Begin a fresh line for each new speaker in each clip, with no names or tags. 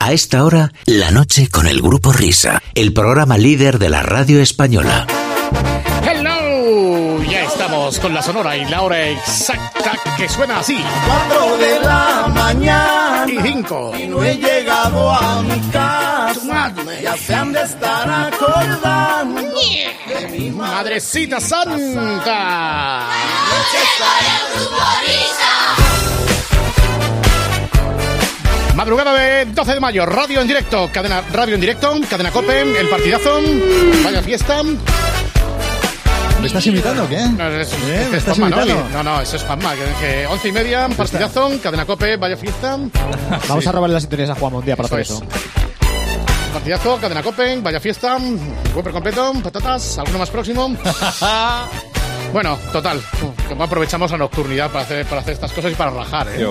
A esta hora, la noche con el Grupo Risa, el programa líder de la radio española.
Hello, ya estamos con la sonora y la hora exacta que suena así.
4 de la mañana
Y cinco.
y no he llegado a mi casa. Ya se han de estar acordando.
Madrecita Santa. Madrugada de 12 de mayo, radio en directo, cadena radio en directo, cadena cope, el partidazo, vaya fiesta.
¿Me estás imitando o qué?
No, es-
¿Eh?
este
¿Me
es
estás
Juanma, ¿no? no,
imitando?
no, eso es Juanma, que dije 11 y media, partidazo, cadena cope, vaya fiesta.
Vamos a robarle las sintonías a Juan un día para hacer
Eso
eso.
Partidazo, cadena Copen, vaya fiesta, Whopper completo, patatas, alguno más próximo. bueno, total, como aprovechamos la nocturnidad para hacer, para hacer estas cosas y para rajar, ¿eh?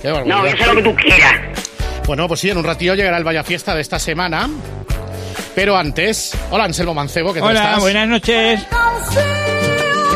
Qué barbaridad.
No, eso es lo que tú quieras.
Bueno, pues sí, en un ratillo llegará el vaya fiesta de esta semana. Pero antes, hola Anselmo Mancebo, ¿qué tal
Hola,
estás?
buenas noches.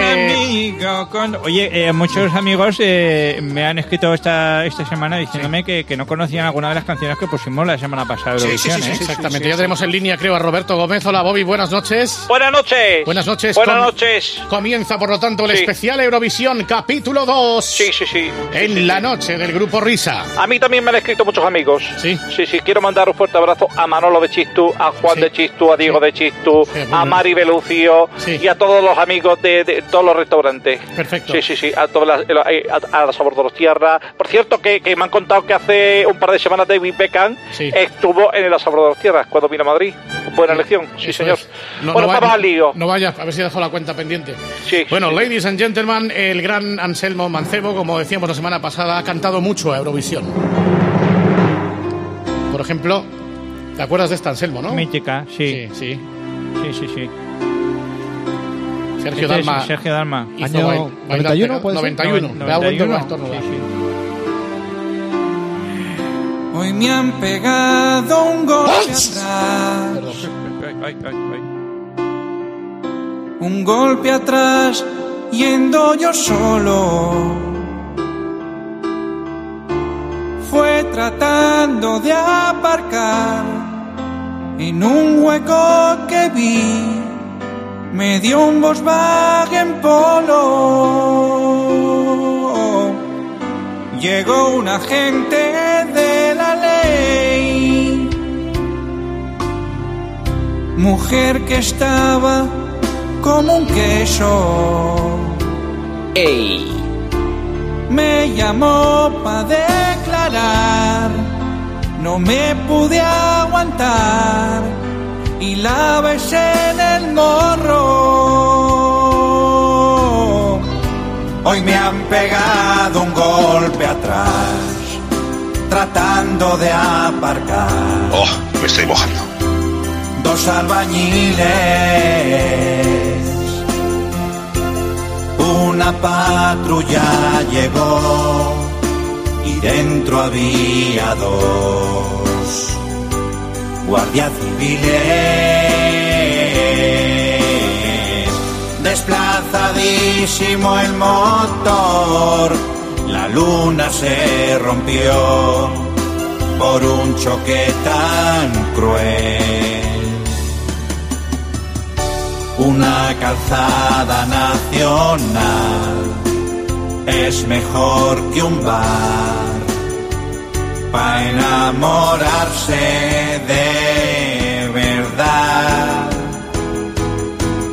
Eh,
Amigo con- Oye, eh, muchos amigos eh, me han escrito esta, esta semana diciéndome que, que no conocían alguna de las canciones que pusimos la semana pasada. de
sí, sí,
Eurovisión,
sí, sí,
¿eh?
exactamente. ya tenemos en línea, creo, a Roberto Gómez. Hola, Bobby, buenas noches.
Buenas noches.
Buenas noches.
Buenas
Com-
noches.
Comienza, por lo tanto, el
Sí.
especial Eurovisión, capítulo 2.
Sí, sí, sí.
En la noche del grupo Risa.
A mí también me han escrito muchos amigos.
Sí.
Sí, sí, quiero mandar un fuerte abrazo a Manolo de Chistu, a Juan
Sí.
de Chistu, a Diego
Sí.
de Chistu,
Sí, bueno.
a Mari Belucio
Sí.
y a todos los amigos de, de todos los restaurantes.
Perfecto.
Sí, sí, sí, a todas las, eh, a, a la Sabor de los Tierras. Por cierto, que, que me han contado que hace un par de semanas David Beckham
Sí.
estuvo en el Sabor de los Tierras cuando vino a Madrid. Buena elección, sí,
Eso
señor.
es. No,
bueno,
no
vamos
vaya-
al lío.
No vayas, a ver si dejo la cuenta pendiente.
Sí,
bueno,
sí, sí.
ladies and gentlemen, el gran Anselmo Mancebo, como decíamos la semana pasada, ha cantado mucho a Eurovisión. Por ejemplo, ¿te acuerdas de esta Anselmo, no?
Mítica,
Sí, sí.
sí, sí, sí. Este
Sergio Dalma.
Dalma.
hizo
Año
bail- bailar
91,
pega-
¿puede ser?
91. Me ha vuelto el estornudar.
Hoy me han pegado un golpe atrás, un golpe atrás, yendo yo solo. Fue tratando de aparcar en un hueco que vi, me dio un Volkswagen Polo. Llegó un agente de la ley. Mujer que estaba como un queso. Me llamó para declarar. No me pude aguantar y la besé en el morro. Hoy me han pegado un golpe atrás, tratando de aparcar
Oh, me estoy mojando.
dos albañiles. Una patrulla llegó y dentro había dos guardias civiles. Desplazadísimo el motor, la luna se rompió por un choque tan cruel. Una calzada nacional es mejor que un bar para enamorarse de verdad.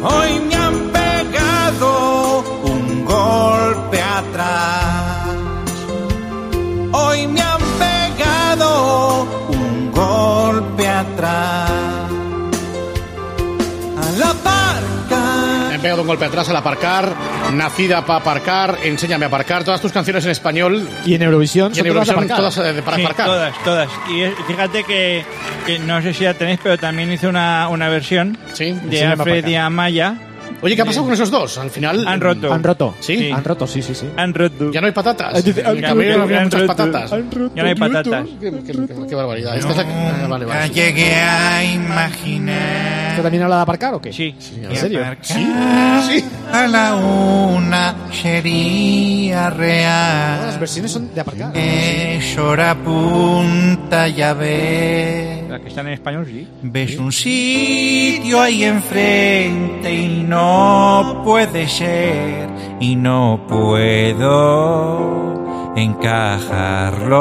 Hoy me han pegado un golpe atrás. Hoy me han pegado un golpe atrás. A la barca.
Me han pegado un golpe atrás al aparcar. Nacida para aparcar. Enséñame a aparcar. Todas tus canciones en español.
Y en Eurovisión
Y en
son todas
Eurovisión
aparcadas.
todas eh, para
Sí,
aparcar.
Todas, todas. Y eh, fíjate que, que no sé si la tenéis, pero también hizo una, una versión
Sí,
de
enséñame para
Alfred
acá.
y Amaya.
Oye, ¿qué ha pasado con esos dos? Al final.
Han roto.
Han roto.
Sí.
Han roto, sí, sí, sí.
Han roto.
Ya no hay patatas.
Ah, dice,
En el
ah,
camino
ah,
había
ah,
muchas
ah,
patatas.
Han roto,
Ya no hay
han roto.
patatas.
Qué, qué- qué- qué barbaridad. Esta es la que- ah, vale, vale.
llegué a imaginar.
¿Esto también habla de aparcar o qué?
Sí.
¿En serio?
A la una sería
Todas las
real. Eh,
versiones son de aparcar.
Es hora punta.
puerta ya ves.
Las que están en español, sí.
Ves un sitio ahí enfrente y no puede ser y no puedo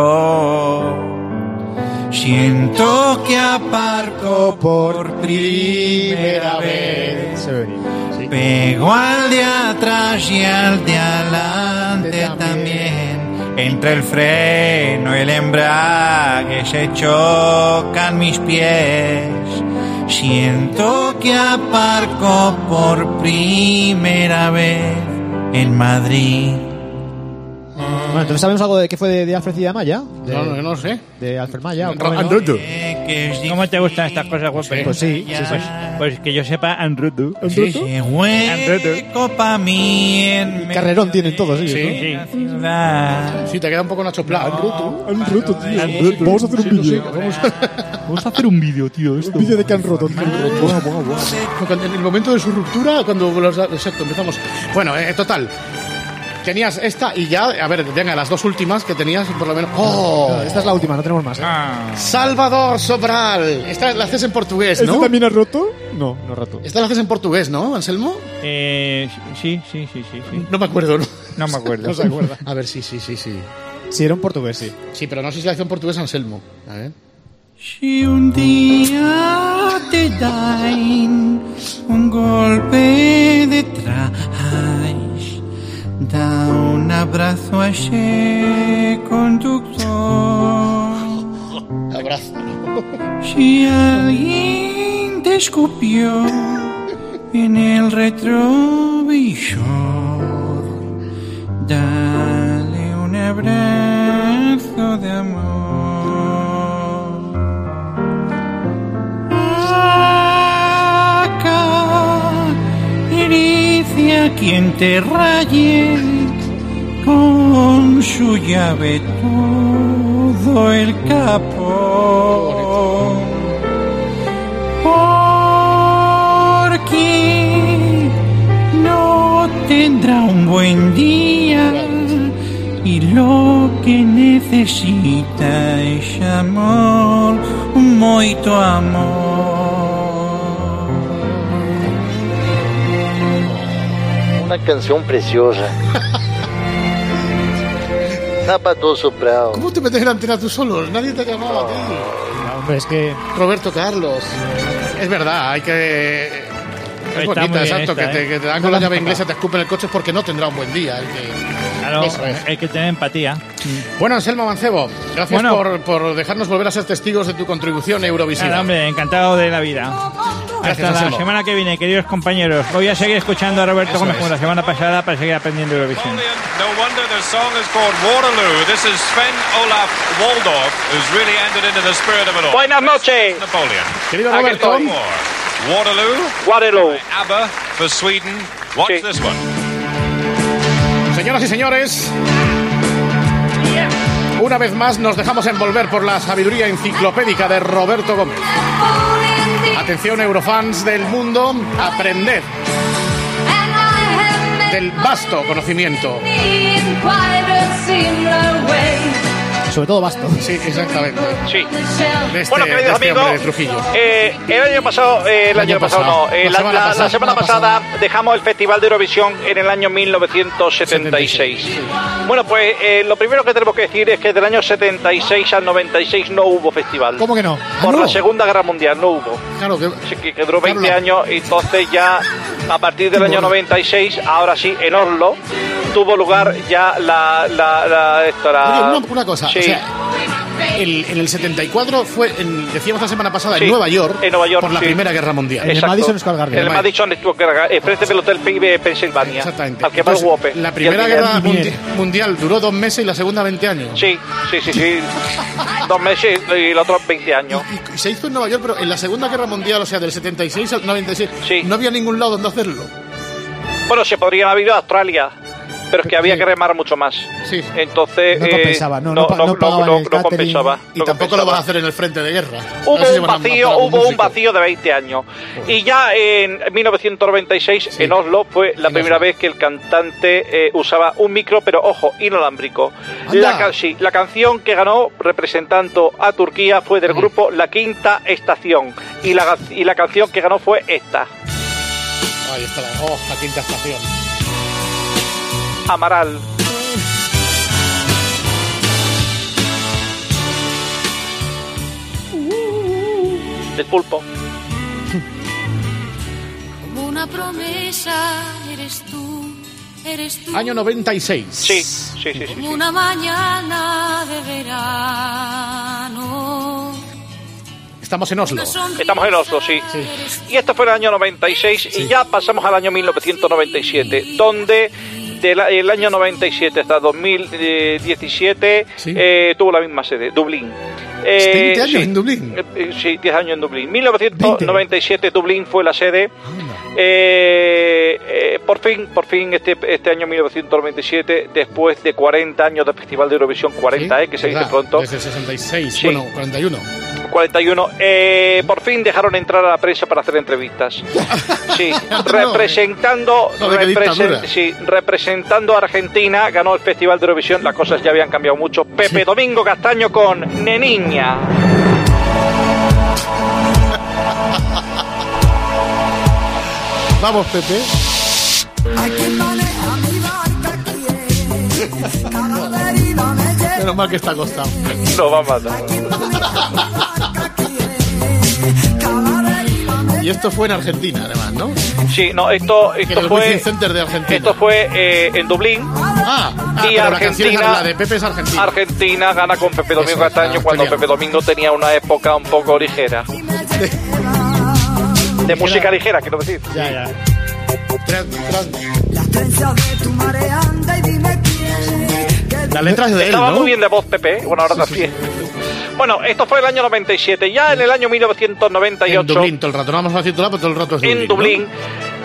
encajarlo. Siento que aparco por primera vez.
Se ve venir.
Pego al de atrás y al de adelante también. Entre el freno y el embrague se chocan mis pies. Siento que aparco por primera vez en Madrid.
Bueno, entonces sabemos algo de qué fue de, de Alfred y de Amaya. De,
No, no, yo no lo sé.
de Alfred Maya. ¿o cómo era?
Android.
Sé que es
¿Cómo te gustan estas cosas, guapo?
Pues sí, sí, sí.
Pues, pues que yo sepa, Andrutu.
Ese hueco pa' mí en
Carrerón tienen todos ellos,
Sí.
Sí.
la ciudad.
Sí, te queda un poco Nacho Pla. Ah,
Han Ah, roto, tío. Vamos a hacer un vídeo. Vamos a hacer un vídeo, tío. Un vídeo de que han roto, tío.
Cuando- En el momento de su ruptura, cuando los, exacto, empezamos. Bueno, eh, total. Tenías esta y ya, a ver, venga, las dos últimas que tenías, por lo menos. ¡Oh!
No, Esta es la última, no tenemos más. ¿eh?
Ah,
Salvador Sobral. Esta la haces en portugués,
¿Este
¿no?
también ha roto?
No, no rato.
Esta la haces en portugués, ¿no, Anselmo?
eh, sí, sí, sí, sí, sí.
No me acuerdo, ¿no?
No me acuerdo.
No se acuerda. A ver, sí, sí, sí, sí.
Si era un portugués, sí.
Sí, pero no sé si la hizo en portugués Anselmo. A ver.
Si un día te dan un golpe detrás, da un abrazo a ese conductor.
Abrazo.
Si alguien te escupió en el retrovisor, dale un abrazo de amor. Acá, a quien te raye con su llave todo el capo. Porque no tendrá un buen día y lo que necesita es amor, un moito amor.
Una canción preciosa. Sábado soprano.
¿Cómo te metes en antena tú solo? Nadie te ha llamado a ti.
No, hombre, es que.
Roberto Carlos. Es verdad, hay que. Es
Está muy
bonita,
bien
exacto, que,
esta, ¿eh?
te, que te dan con la llave inglesa, te escupen el coche porque no tendrá un buen día. el que-
Claro,
Eso es.
hay que tener empatía.
Bueno, Anselmo Mancebo, gracias
Bueno.
por, por dejarnos volver a ser testigos de tu contribución Eurovisiva.
Nada, hombre, encantado de la vida.
Gracias,
Hasta la
Anselmo.
semana que viene, queridos compañeros. Voy a seguir escuchando a Roberto Gómez como la semana pasada para seguir aprendiendo Eurovisión.
No wonder the song is called Waterloo. This is Sven Olaf Waldorf, who's really entered into the spirit of it all.
Buenas noches,
Napoleon.
Querido
I get
Roberto.
no more. Waterloo,
Waterloo.
ABBA for Sweden. Watch
Sí.
this one.
Señoras y señores, una vez más nos dejamos envolver por la sabiduría enciclopédica de Roberto Gómez. Atención, eurofans del mundo, aprended del vasto conocimiento.
Sobre todo Basto.
Sí, exactamente.
Sí.
De este,
Bueno,
de
queridos
este hombre de
amigos,
Trujillo.
eh, el año pasado, eh, el
El año
año pasado
pasado.
no, eh,
La
la,
semana
la- la
pasada.
semana pasada dejamos el Festival de Eurovisión en el año 1976. Bueno, pues eh, lo primero que tenemos que decir es que del año 76 al 96 no hubo festival.
¿Cómo que no? Ah,
Por
no.
la Segunda Guerra Mundial no hubo.
Claro que.
Sí, que, que duró 20
Claro.
años y entonces ya a partir del año 96, ahora sí, en Oslo, tuvo lugar ya la... la, la, esto, la-
Oye, una, una cosa.
Sí.
O sea, el- en el 74 fue, en- decíamos la semana pasada, en
Sí,
Nueva York,
en Nueva York,
por la
sí.
Primera Guerra Mundial.
el
Exacto.
Madison Square Garden.
En el Madison Square Garden, enfrente del Hotel Pibe Pensilvania.
Exactamente.
Al que va el
Entonces,
Whopper.
La
Y
Primera
el Miller.
Guerra Mundi- Mundial duró dos meses y la segunda 20 años.
Sí, sí, sí, sí. Dos meses y los otros 20 años.
Y- y se hizo en Nueva York, pero en la Segunda Guerra Mundial, o sea, del 76 al 96,
Sí.
no había ningún lado donde hacerlo.
Bueno, se podrían haber ido a Australia. pero es que había que remar mucho más. Entonces,
No
eh,
compensaba, no, no pa- no pagaban el catering
compensaba.
Y
no
tampoco
compensaba.
lo van a hacer en el frente de guerra.
Hubo
No sé si
un
van a matar
vacío,
a algún
hubo un
músico.
vacío de 20 años. Y ya en 1996, en Oslo, fue la primera vez que el cantante eh, usaba un micro, pero ojo, inalámbrico. La, can- sí, la canción que ganó representando a Turquía fue del grupo La Quinta Estación. Y la, ga- y la canción que ganó fue esta,
Ahí está la, oh, la quinta estación.
Amaral. Del pulpo.
Como una promesa eres tú, eres tú.
Año 96. Sí,
sí, sí.
Como una mañana de verano.
Estamos en Oslo.
Estamos en Oslo, sí. Y esto fue el año 96 y ya pasamos al año 1997, donde del a- el año 97 hasta 2017 eh, tuvo la misma sede, Dublín. Eh,
20 años
sí.
en Dublín.
Eh, eh, Sí, 10 años en Dublín. 1997 Dublín fue la sede. Eh, eh, por fin, por fin este, este año 1997, después de 40 años del Festival de Eurovisión 40, eh, que se dice
¿Verdad?
pronto.
Desde 66,
Sí.
bueno, 41.
41. Eh, por fin dejaron entrar a la prensa para hacer entrevistas. Sí, representando,
Joder, qué
represen-
dictadura.
sí, representando a Argentina, ganó el Festival de Eurovisión. Las cosas ya habían cambiado mucho. Pepe Domingo Castaño con Neniña.
Vamos, Pepe. Menos mal que está acostado.
Lo va a matar.
Y esto fue en Argentina, además, ¿no?
Sí, no, esto, esto
En el
fue.
Wizzing Center de Argentina.
Esto fue eh, en Dublín.
Ah, pero la canción es la de Pepe es Argentina. ah,
Argentina gana con Pepe Domingo
Eso es,
Castaño cuando Pepe Domingo tenía una época un poco ligera. De música ligera, quiero decir.
Ya, ya. La letra es de él,
Estaba
¿no?
muy bien de voz, Pepe. ¿eh? Bueno, ahora también. Bueno, esto fue el año 97. Ya en el año 1998,
En Dublín, todo el rato. No vamos a decir todo el rato, todo el rato es Dublín.
en Dublín,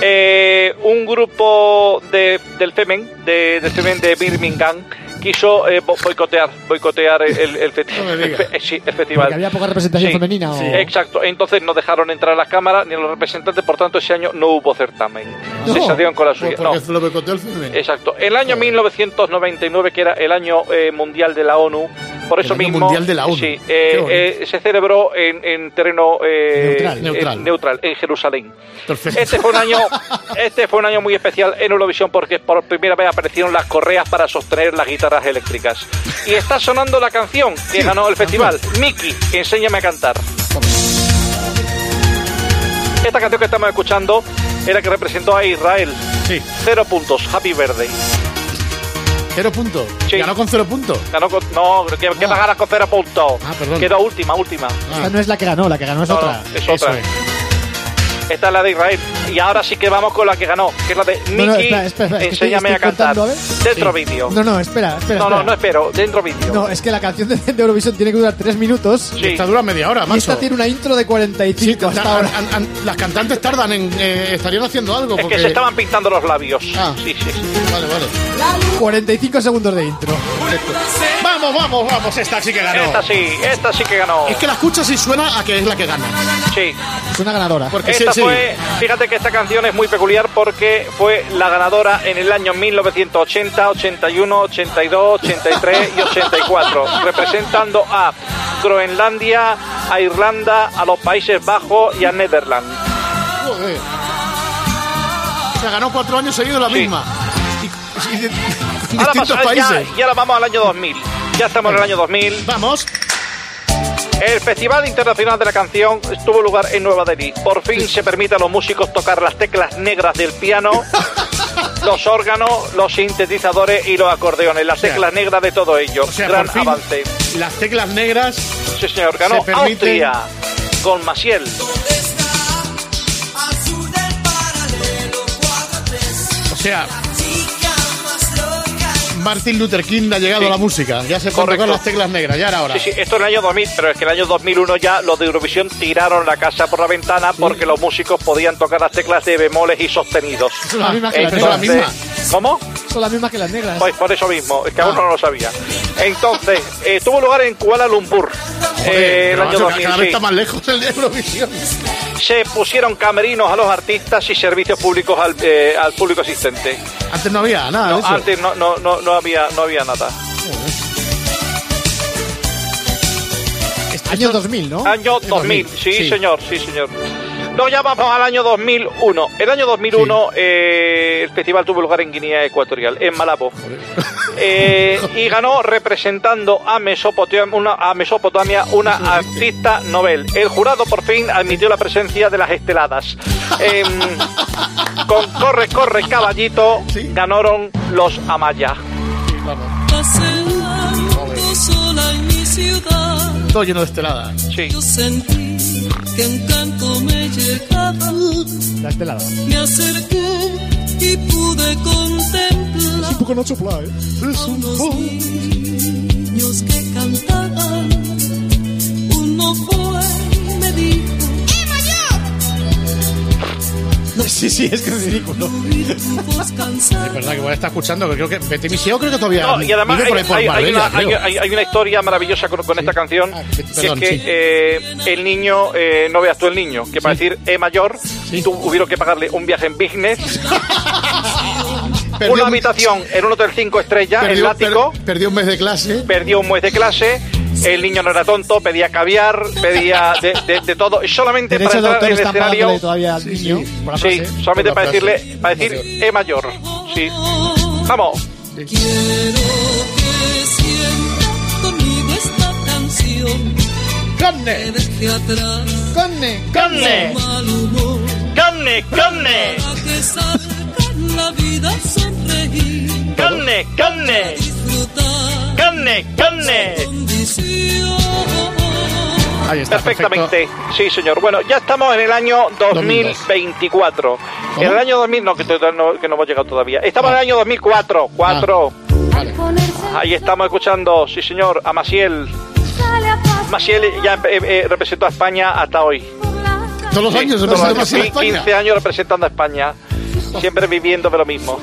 eh, un grupo de, del Femen, de, del Femen de Birmingham, quiso eh, bo- boicotear, boicotear el, el, el festi- eh, sí, el festival.
Porque había poca representación
Sí,
femenina.
sí,
o-
Exacto, entonces no dejaron entrar a las cámaras ni a los representantes, por tanto ese año no hubo certamen. Se
No.
salieron con la
Pues
suya.
porque
no. Eh,
se lo boicoteó el filme.
Exacto. El año 1999, que era el año eh, mundial de la ONU, por eso
año
mismo.
mundial de la ONU.
Sí, eh,
Qué bonito.
eh, se celebró en, en terreno. eh,
Neutral.
eh,
Neutral.
neutral, en Jerusalén. Este fue, un año, este fue un año muy especial en Eurovisión porque por primera vez aparecieron las correas para sostener las guitarras eléctricas. Y está sonando la canción que ganó el festival, Mickey, enséñame a cantar. Esta canción que estamos escuchando era que representó a Israel.
Sí.
Cero puntos, Happy Birthday.
Cero puntos.
Sí.
Ganó con cero puntos.
Ganó con- no, que, que pagara con cero puntos. Quedó última, última.
Ah.
Esta no es la que ganó, la que ganó es
No, no,
otra.
es otra. Esta es la de Israel. Y ahora sí que vamos con la que ganó, que es la de
No, no,
Mickey.
espera, espera, espera, es que estoy-
enséñame
estoy
a cantar.
contando, a ver.
Dentro
Sí.
vídeo.
No, no, espera, espera.
no, no,
espera.
no espero. Dentro vídeo.
No, es que la canción de, de Eurovisión tiene que durar tres minutos.
Sí. Esta dura media hora,
Y
macho.
esta tiene una intro de 45 hasta
Tardan-
ahora.
an- an- las cantantes tardan en. eh, estarían haciendo algo.
Es
porque...
que se estaban pintando los labios.
Ah.
Sí, sí.
Vale, vale.
45 segundos de intro.
Vamos, vamos, vamos. Esta sí que ganó.
Esta sí, esta sí que ganó.
Es que la escuchas y suena a que es la que gana.
Sí.
Es una ganadora.
Porque
esta
sí, sí.
fue, fíjate que esta canción es muy peculiar porque fue la ganadora en el año 1980, 81, 82, 83 y 84, representando a Groenlandia, a Irlanda, a los Países Bajos y a Netherlands.
Joder. O sea, ganó cuatro años seguidos la misma. Y, y de- en
Ahora
distintos
pasa- ya-
países.
y ahora vamos al año 2000. Ya estamos en el año 2000.
Vamos.
El Festival Internacional de la Canción tuvo lugar en Nueva Delhi. Por fin se permite a los músicos tocar las teclas negras del piano, los órganos, los sintetizadores y los acordeones. Las teclas negras de todo ello.
sea,
Gran
por fin,
avance.
Las teclas negras.
Sí, señor. Ganó
se permiten-
Austria con Maciel.
O sea. Martin Luther King ha llegado a la música. Ya se pueden tocar las teclas negras. Ya era hora.
Sí, sí, esto en el año 2000, pero es que en el año 2001 ya los de Eurovisión tiraron la casa por la ventana porque los músicos podían tocar las teclas de bemoles y sostenidos.
Es la misma que la- es la misma.
¿Cómo?
Son las mismas que las negras.
Pues por eso mismo, es que
Ah.
aún no lo sabía. Entonces, eh, tuvo lugar en Kuala Lumpur eh, el
Pero,
año
macho, cada
2000.
vez
sí.
está más lejos el de Eurovisión.
Se pusieron camerinos a los artistas y servicios públicos al, eh, al público asistente.
Antes no había nada de
No,
eso.
antes no, no, no, no había, no había nada.
Año 2000, ¿no?
Año 2000, sí, señor, sí señor. No, ya vamos al año 2001. El año 2001 eh, el festival tuvo lugar en Guinea Ecuatorial, en Malabo. Eh, y ganó representando a Mesopotamia, una, a Mesopotamia una artista novel. El jurado por fin admitió la presencia de las esteladas. Em, con Corre, corre, caballito, ganaron los Amaya.
Paseaba yo sola en mi ciudad.
Todo lleno de esteladas.
Yo sentí que un canto me llegaba.
La
este
estelada.
Me acerqué y pude contemplar. Es un poco Nacho Pla, ¿eh? Es un poco. niños que cantaban. Uno fue y me dijo.
Sí, sí, es que es ridículo.
Es verdad que voy a estar escuchando, que creo que Betty Miseo creo que todavía.
No, y además
vive
hay,
por ahí por
hay- hay
Marbella,
una, hay-
creo. Ah,
hay- hay una historia maravillosa con, con esta canción, que
perdón,
es que
sí.
eh, el niño, eh, no veas tú el niño, que para decir E mayor, tú hubieron que pagarle un viaje en business, una habitación en un hotel 5 estrellas, en el
Perdió,
ático,
per- perdió un mes de clase.
perdió un mes de clase, el niño no era tonto, pedía caviar, pedía de, de- de todo, y solamente
Derecho de
para
autor
entrar en el
están pagándole
escenario,
todavía al niño. por la
sí,
frase.
por
solamente
la
para
frase. Pues
decirle, para decir E mayor, sí, vamos.
Quiero que sienta conmigo esta canción.
¡Carne!
Que atrás
¡Carne!
su mal humor.
¡Carne! ¡Carne!
Para que salgan la vida a sonreír.
¡Carne! ¡Carne!
Disfrutar.
¡Carne! ¡Carne! Perfectamente, sí señor. Bueno, ya estamos en el año 2024. En el año 2000, no, que, to- no, que no hemos llegado todavía. Estamos
Ah.
en el año 2004, 4. Ahí estamos escuchando, sí señor, a Maciel. Maciel ya eh, eh, representó a España hasta hoy.
Todos los años
Sí,
representa
todos los
Maciel a
años.
España.
15 años representando a España. Siempre viviendo de lo mismo.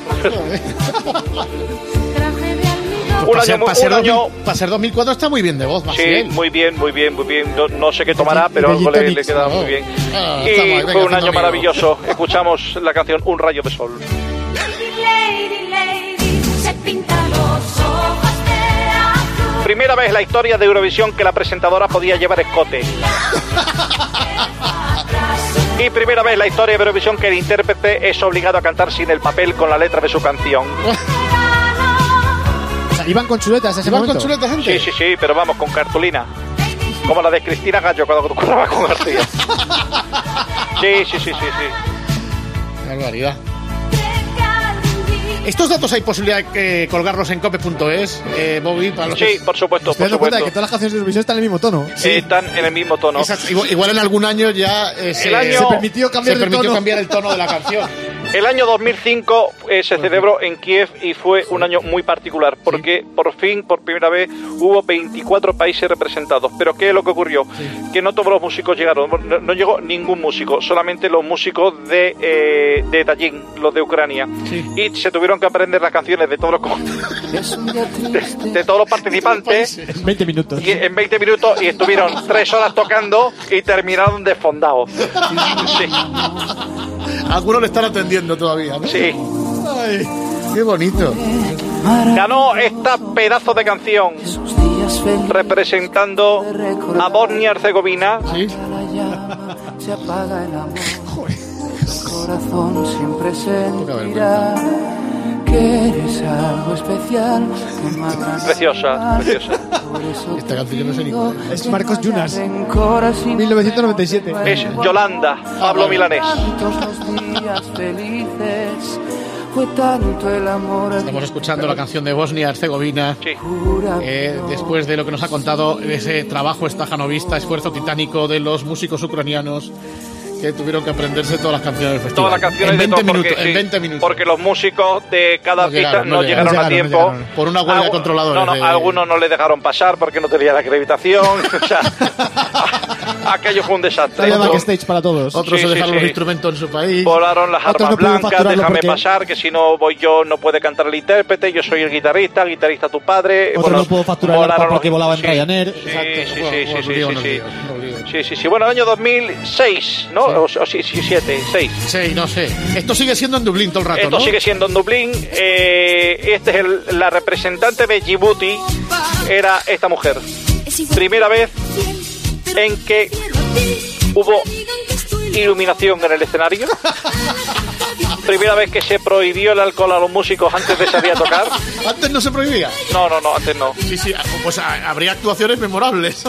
Para
año
ser-
mu-
para ser
un año-
2000 Para ser 2004 está muy bien de voz,
Sí,
Maciel.
muy bien, muy bien, muy bien. No, no sé qué tomará, pero algo le, le queda muy bien.
Ah, está guay,
Y
venga,
fue un
haciendo
año
amigo.
maravilloso. Escuchamos la canción Un rayo de sol.
Lady, lady, se pinta los ojos de azul.
Primera vez en la historia de Eurovisión que la presentadora podía llevar escote. Y primera vez en la historia de Eurovisión que el intérprete es obligado a cantar sin el papel con la letra de su canción.
O sea, iban con chuletas en ese momento.
Sí, sí, sí, pero vamos, con cartulina. Como la de Cristina Gallo cuando curraba con García. Sí, sí, sí, sí, sí.
Qué barbaridad. ¿Estos datos hay posibilidad de eh, colgarlos en cope.es, eh, Bobby? Para los
Sí, por supuesto,
Te
por
das cuenta de
supuesto.
que todas las canciones de Eurovisión están en el mismo tono.
Eh, Están en el mismo tono.
Esas- igual, igual en algún año ya eh, se,
El año-
se
Se
permitió,
permitió
cambiar,
cambiar
el
el tono.
tono de la canción.
El año 2005 eh, se celebró en Kiev y fue un año muy particular porque por fin, por primera vez, hubo 24 países representados. Pero ¿qué es lo que ocurrió? Que no todos los músicos llegaron, no, no llegó ningún músico, solamente los músicos de, eh, de Tallinn, los de Ucrania. Y se tuvieron que aprender las canciones de todos los, con- de, de todos los participantes
20 minutos.
y en 20 minutos y estuvieron 3 horas tocando y terminaron desfondados. Sí.
Algunos le están atendiendo todavía, ¿no?
Sí.
Ay, qué bonito.
Ganó esta pedazo de canción representando a Bosnia y Herzegovina.
Se apaga el amor. El corazón siempre sentirá que eres algo especial. Que me habrá
Preciosa, preciosa.
Esta canción yo no sé ni cuál
Es Marcos Yunas. 1997.
Es Yolanda,
Ah,
hablo milanés.
Tantos los días felices. Fue tanto el amor.
Estamos escuchando la canción de Bosnia Herzegovina. Eh, después de lo que nos ha contado ese trabajo estajanovista, esfuerzo titánico de los músicos ucranianos que tuvieron que aprenderse todas las canciones del festival.
Todas las canciones
en 20
de todo,
minutos,
porque,
en
sí,
20 minutos.
porque los músicos de cada
No llegaron,
artista
no
no llegaron,
llegaron,
a
no
tiempo.
llegaron. Por una huelga de
Algu-
controladores
No, no,
de-
algunos no le dejaron pasar porque no tenía la acreditación. o sea, aquello fue un desastre.
Traído backstage para todos.
Otros este se
Sí, sí,
dejaron
sí.
los instrumentos en su país.
Volaron las
Otros
armas
no pudieron
blancas,
facturarlo
déjame
porque-
pasar, que si no voy yo no puede cantar el intérprete, yo soy el guitarrista, el guitarrista tu padre.
Otro
Bueno,
no pudo facturar el
volaron
arpa
los-
porque volaba en
sí.
Ryanair.
Sí, sí, sí, sí, sí,
líos,
sí,
unos
sí. Sí, sí, sí. Bueno, el año 2006, ¿no? O, o sí, sí, siete, seis.
Sí, no sé. Esto sigue siendo en Dublín todo el rato,
Esto
Ah, ¿no?
sigue siendo en Dublín. Eh, este es el- la representante de Djibouti. Era esta mujer. Primera vez en que hubo iluminación en el escenario. Primera vez que se prohibió el alcohol a los músicos antes de salir a tocar.
Antes no se prohibía.
No, no, no, antes no.
Sí, sí, pues ah, habría actuaciones memorables.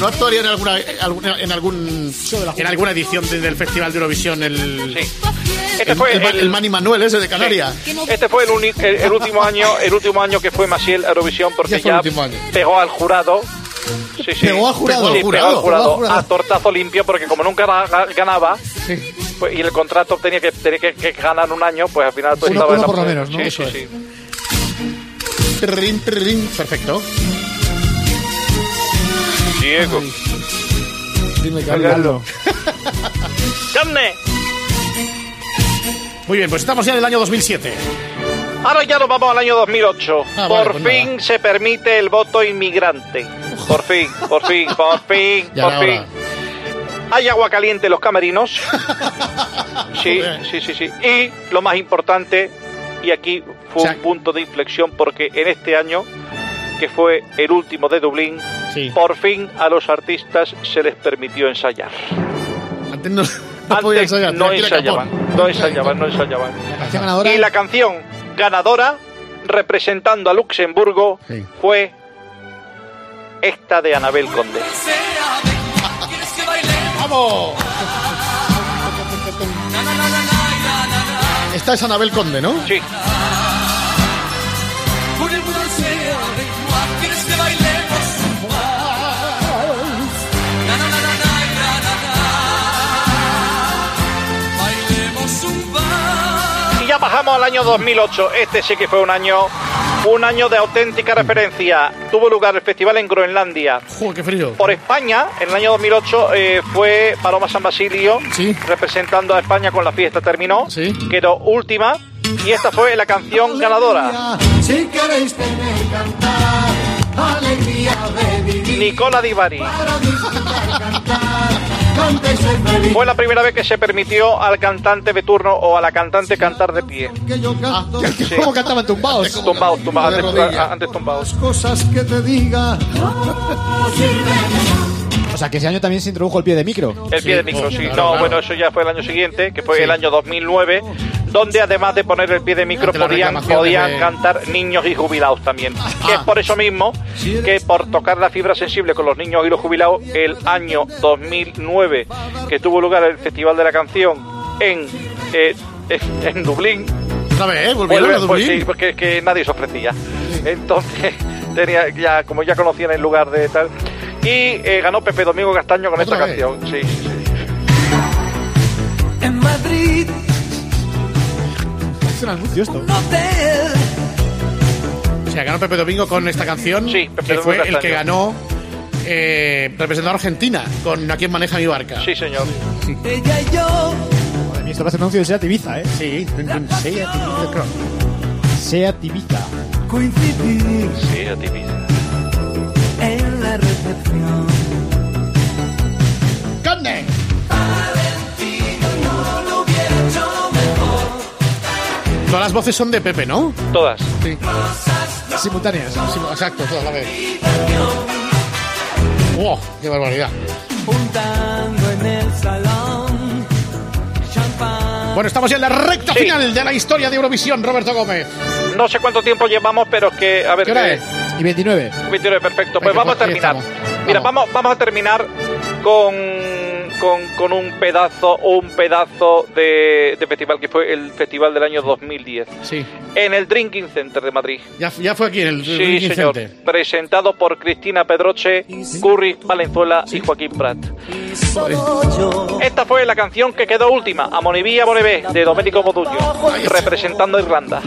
¿No actuaría en alguna, eh, alguna- en algún en alguna edición de- del Festival de Eurovisión el
Este
el,
fue
el Ma-
el-
el Manny Manuel ese de Canarias?
Sí. Este fue el, uni- el, el último año, el último año que fue Maciel a Eurovisión porque
Ya fue el
ya,
último año.
pegó al jurado. Sí, sí.
Pegó al jurado,
Sí, pegó al
jurado,
jurado,
pegó al jurado.
a tortazo limpio porque como nunca ga- ga- ganaba pues, y el contrato tenía que tenía que, que ganar un año, pues al final pues,
Uno-
estaba
uno
en la-
por lo menos, ¿no?
Sí,
Eso
sí, sí.
Trrrin, trrrin. Perfecto.
Diego.
Dime,
Carlos. ¡Carne!
Muy bien, pues estamos ya en el año 2007.
Ahora ya nos vamos al año 2008.
Ah, vale,
por
pues
fin se permite el voto inmigrante. Por fin, por fin, por fin,
Ya
por
era
fin. Hay agua caliente en los camerinos. sí, sí, sí, sí. Y lo más importante, y aquí fue un punto de inflexión porque en este año, que fue el último de Dublín, por fin a los artistas se les permitió ensayar.
Antes no, no podía ensayar.
No
Tranquila,
ensayaban,
Capón.
no ensayaban, no ensayaban.
canción
Y la canción ganadora, representando a Luxemburgo, fue esta de Anabel Conde.
¡Vamos! Esta es Anabel Conde, ¿no?
Sí.
Con el buceo de Juan, ¿quieres que bailemos? Na, na, na, na, na, na, na, na. Bailemos un
Y ya bajamos al año 2008. Este sí que fue un año, un año de auténtica referencia. Tuvo lugar el festival en Groenlandia.
¡Joder, qué frío!
Por España, en el año 2008, eh, fue Paloma San Basilio representando a España con la fiesta terminó, quedó última y esta fue la canción ganadora.
Si queréis tener cantar, alegría de vivir.
Nicola Di Bari.
Para disfrutar, cantar, cante y ser feliz.
Fue la primera vez que se permitió al cantante de turno o a la cantante cantar de pie.
Que yo canto
Sí.
¿Cómo cantaban tumbados?
Tumbados, tumbados,
De
antes,
rodillas.
antes tumbados.
cosas que te diga.
O sea, que ese año también se introdujo el pie de micro.
El pie de micro, sí.
claro,
no,
claro.
bueno, eso ya fue el año siguiente, que fue el año 2009, donde además de poner el pie de micro
Ante las
podían,
reclamaciones
podían
de-
cantar niños y jubilados también. Que es por eso mismo que por tocar la fibra sensible con los niños y los jubilados, el año 2009, que tuvo lugar el Festival de la Canción en, eh, en- en Dublín.
Otra vez, ¿eh? Volvieron
Vuelve-
a
pues
Dublín.
sí, porque es que nadie se ofrecía. Entonces, tenía ya como ya conocían el lugar de tal. Y eh, ganó Pepe Domingo Castaño con esta canción. Sí, sí, sí.
En Madrid
Es un anuncio esto.
hotel.
O sea, ganó Pepe Domingo con esta canción. Sí,
Pepe
Que
Domingo
fue el
Castaño.
que ganó. Eh, representó a Argentina con A quien maneja mi barca.
Sí, señor.
Ella y yo.
Madre mía, esto parece un anuncio de Seat Ibiza, ¿eh?
Sí.
Seat Ibiza.
Coincidir
Sí, a ti mismo.
en la recepción.
¡Conde! Todas las voces son de Pepe, ¿no?
Todas.
Sí. Simultáneas. Simu- Exacto, todas a la vez. ¡Wow! ¡Qué barbaridad!
Juntando en el salón. Champán.
Bueno, estamos ya en la recta final de la historia de Eurovisión, Roberto Gómez.
No sé cuánto tiempo llevamos, pero es que. A ver,
¿Qué hora
eh,
es? Y 29.
29, perfecto. Pues vamos a terminar. Mira, vamos, vamos a terminar con, con, con un pedazo, un pedazo de, de festival que fue el festival del año 2010.
Sí.
En el Drinking Center de Madrid.
Ya, ya fue aquí en el
Sí,
Vicente.
señor. Presentado por Cristina Pedroche, Curry Valenzuela y Joaquín Prat. Esta fue la canción que quedó última, a Monivilla Bonebé, de Domenico Modugno, representando a Irlanda.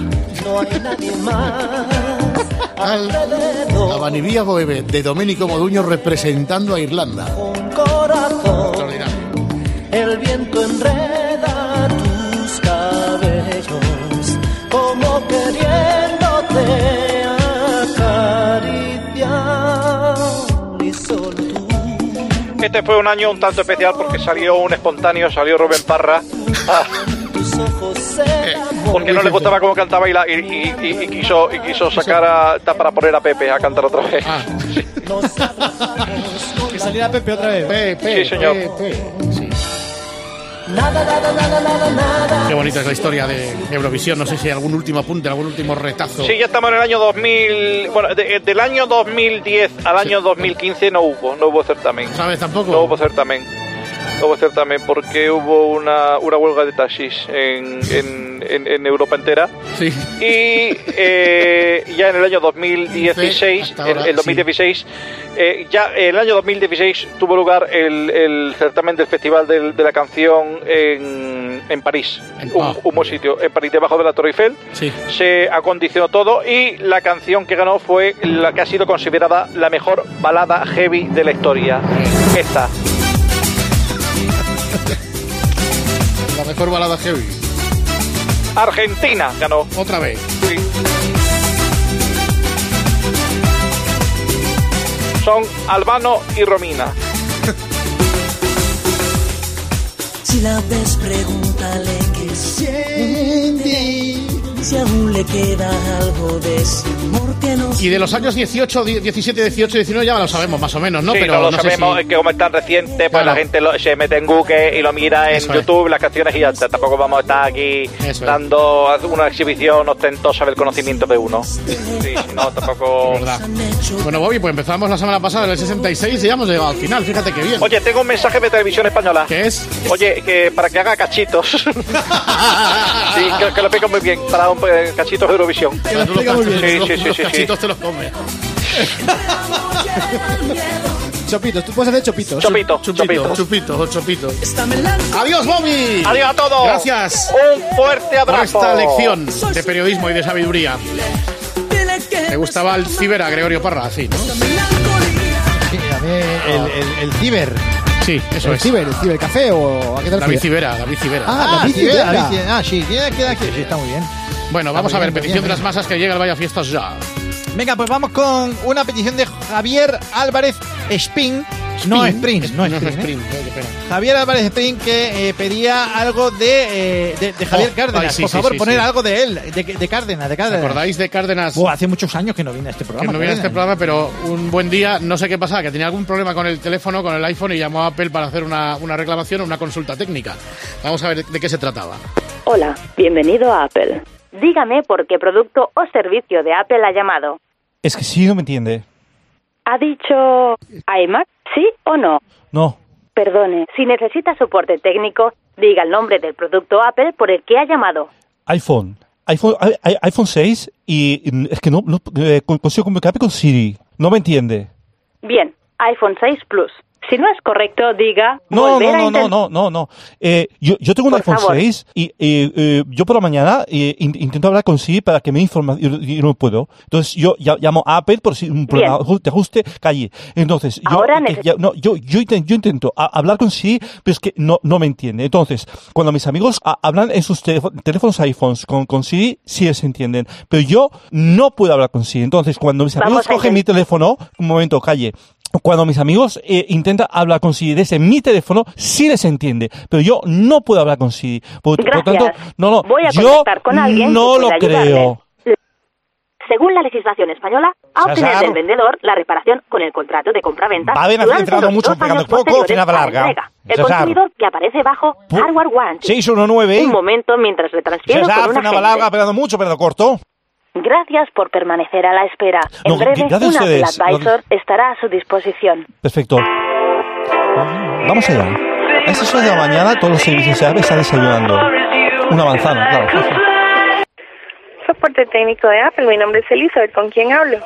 No hay nadie más.
La vanivía boheme de Domenico Moduño representando a Irlanda.
corazón,
Extraordinario.
el viento enreda tus cabellos, como queriéndote acariciar y solo
Este fue un año un tanto especial porque salió un espontáneo, salió Rubén Parra. Ah,
tus ojos se
porque no le gustaba cómo cantaba y, la- y- y- y- y quiso, y quiso sacar a, ta- para poner a Pepe a cantar otra vez.
Que saliera Pepe otra vez.
Sí, señor.
Nada, nada, nada, nada, nada.
Qué bonita es la historia de Eurovisión. No sé si hay algún último apunte, algún último retazo.
Sí, ya estamos en el año 2000. Bueno, de- eh, del año 2010 al año 2015 no hubo, no hubo certamen.
¿Sabes tampoco?
No hubo certamen. No hubo certamen porque hubo una, una huelga de taxis en, en, en- en Europa entera.
Sí.
Y eh, ya en el año 2016,
Hasta ahora,
el, el 2016, eh, ya en el año 2016 tuvo lugar el, el certamen del Festival del- de la Canción en, en París. Un, un buen sitio, en París, debajo de la Torre Eiffel
Sí.
se acondicionó todo y la canción que ganó fue la que ha sido considerada la mejor balada heavy de la historia. Esta.
La mejor balada heavy.
Argentina ganó.
Otra vez.
Son Albano y Romina.
Si la ves, pregúntale qué siente. Si aún le queda algo de ese amor que no
Y de los años 18, 10, 17, 18, 19 ya lo sabemos más o menos, ¿no?
sí,
Pero
no lo
no sé
sabemos,
si-
es que como es tan reciente, pues
Claro.
la gente lo- se mete en Google y lo mira en
Eso es.
YouTube, las canciones y ya está. Tampoco vamos a estar aquí dando una exhibición ostentosa del conocimiento de uno. Sí, no, tampoco...
verdad. Bueno, Bobby, pues empezamos la semana pasada en el 66 y ya hemos llegado al final. Fíjate qué bien.
Oye, tengo un mensaje de televisión española.
¿Qué es?
Oye, que para que haga cachitos. sí, que, que lo pico muy bien. Para un eh, cachitos de Eurovisión. Sí, sí, sí, sí, sí.
te los comes.
Chopitos, tú puedes hacer chopitos.
Chopito,
chopito. Chopito, chopito.
Adiós,
Bobby.
Adiós a todos.
Gracias.
Un fuerte abrazo.
Por esta lección de periodismo y de sabiduría. Me gustaba el ciber a Gregorio Parra, sí, ¿no?
Sí, a mí el, el- el ciber.
Sí, eso
el
es.
Ciber, el cibercafé o a qué tal
David Civera, David Civera.
Ah, David Civera.
Civera.
Ah, sí, tiene que quedar aquí. Sí, está muy bien.
Bueno, vamos
Ah,
a ver,
bien, bien,
petición de
bien.
las masas que llega al Vaya Fiestas ya.
Venga, pues vamos con una petición de Javier Álvarez Spin. No Sprint, no Sprint. ¿eh? Javier Álvarez Spin que eh, pedía algo de, eh, de, de Javier
Oh,
Cárdenas.
ay, sí,
por
sí,
favor,
sí,
poner
sí.
algo de él, de, de Cárdenas, de
¿Te
Cárdenas.
acordáis de Cárdenas?
Buah, hace muchos años que no viene a este
Que
programa.
no viene a este
Cárdenas.
programa, pero un buen día, no sé qué pasaba, que tenía algún problema con el teléfono, con el iPhone y llamó a Apple para hacer una, una reclamación, una consulta técnica. Vamos a ver de qué se trataba.
Hola, bienvenido a Apple. Dígame por qué producto o servicio de Apple ha llamado.
Es que sí, no me entiende.
¿Ha dicho iMac, sí o no?
No.
Perdone, si necesita soporte técnico, diga el nombre del producto Apple por el que ha llamado.
iPhone. iPhone, i- i- iPhone 6 y mm, es que no, no, eh, con- consigo comunicarme con Siri. No me entiende.
Bien, iPhone 6 Plus. Si no es correcto, diga
No,
volver a
no, no, no,
intent-
no, no, no. Eh, yo, yo tengo un
Por
iPhone
favor.
6 y eh, eh, yo por la mañana eh, in- intento hablar con Siri para que me informe y, y no puedo. Entonces yo ya- llamo a Apple por si un problema de ajuste calle. Entonces yo,
Ahora
eh,
neces-
ya- no, yo, yo intento, yo intento a- hablar con Siri, pero es que no, no me entiende. Entonces cuando mis amigos a- hablan en sus teléfo- teléfonos iPhones con, con Siri, sí les entienden. Pero yo no puedo hablar con Siri. Entonces cuando mis
Vamos
amigos
a
cogen mi teléfono, un momento, calle. Cuando mis amigos eh, intentan hablar con Siri desde mi teléfono, sí les entiende, pero yo no puedo hablar con Siri. Por, por
Gracias.
tanto, no, no,
Voy a
yo
contactar con alguien que
no lo
pueda ayudarle.
creo.
Según la legislación española, a obtener
Sasar.
del vendedor la reparación con el contrato de compraventa
Va a haber
durante
entrado
los
mucho,
dos
pegando
años
poco,
posteriores
tirada
a la
larga.
entrega. El
Sasar.
consumidor que aparece bajo hardware warranty.
619.
Un momento mientras le transfiero
César,
con un
una
agente.
palabra, pegando mucho, pero corto.
Gracias por permanecer a la espera. En
No,
breve,
gracias a
un Apple
ustedes.
Advisor estará a su disposición.
Perfecto. Vamos allá. A estas horas de la mañana todos los servicios de AVE están desayunando. Una manzana, claro.
Soporte técnico de Apple, mi nombre es Elizabeth, ¿con quién hablo?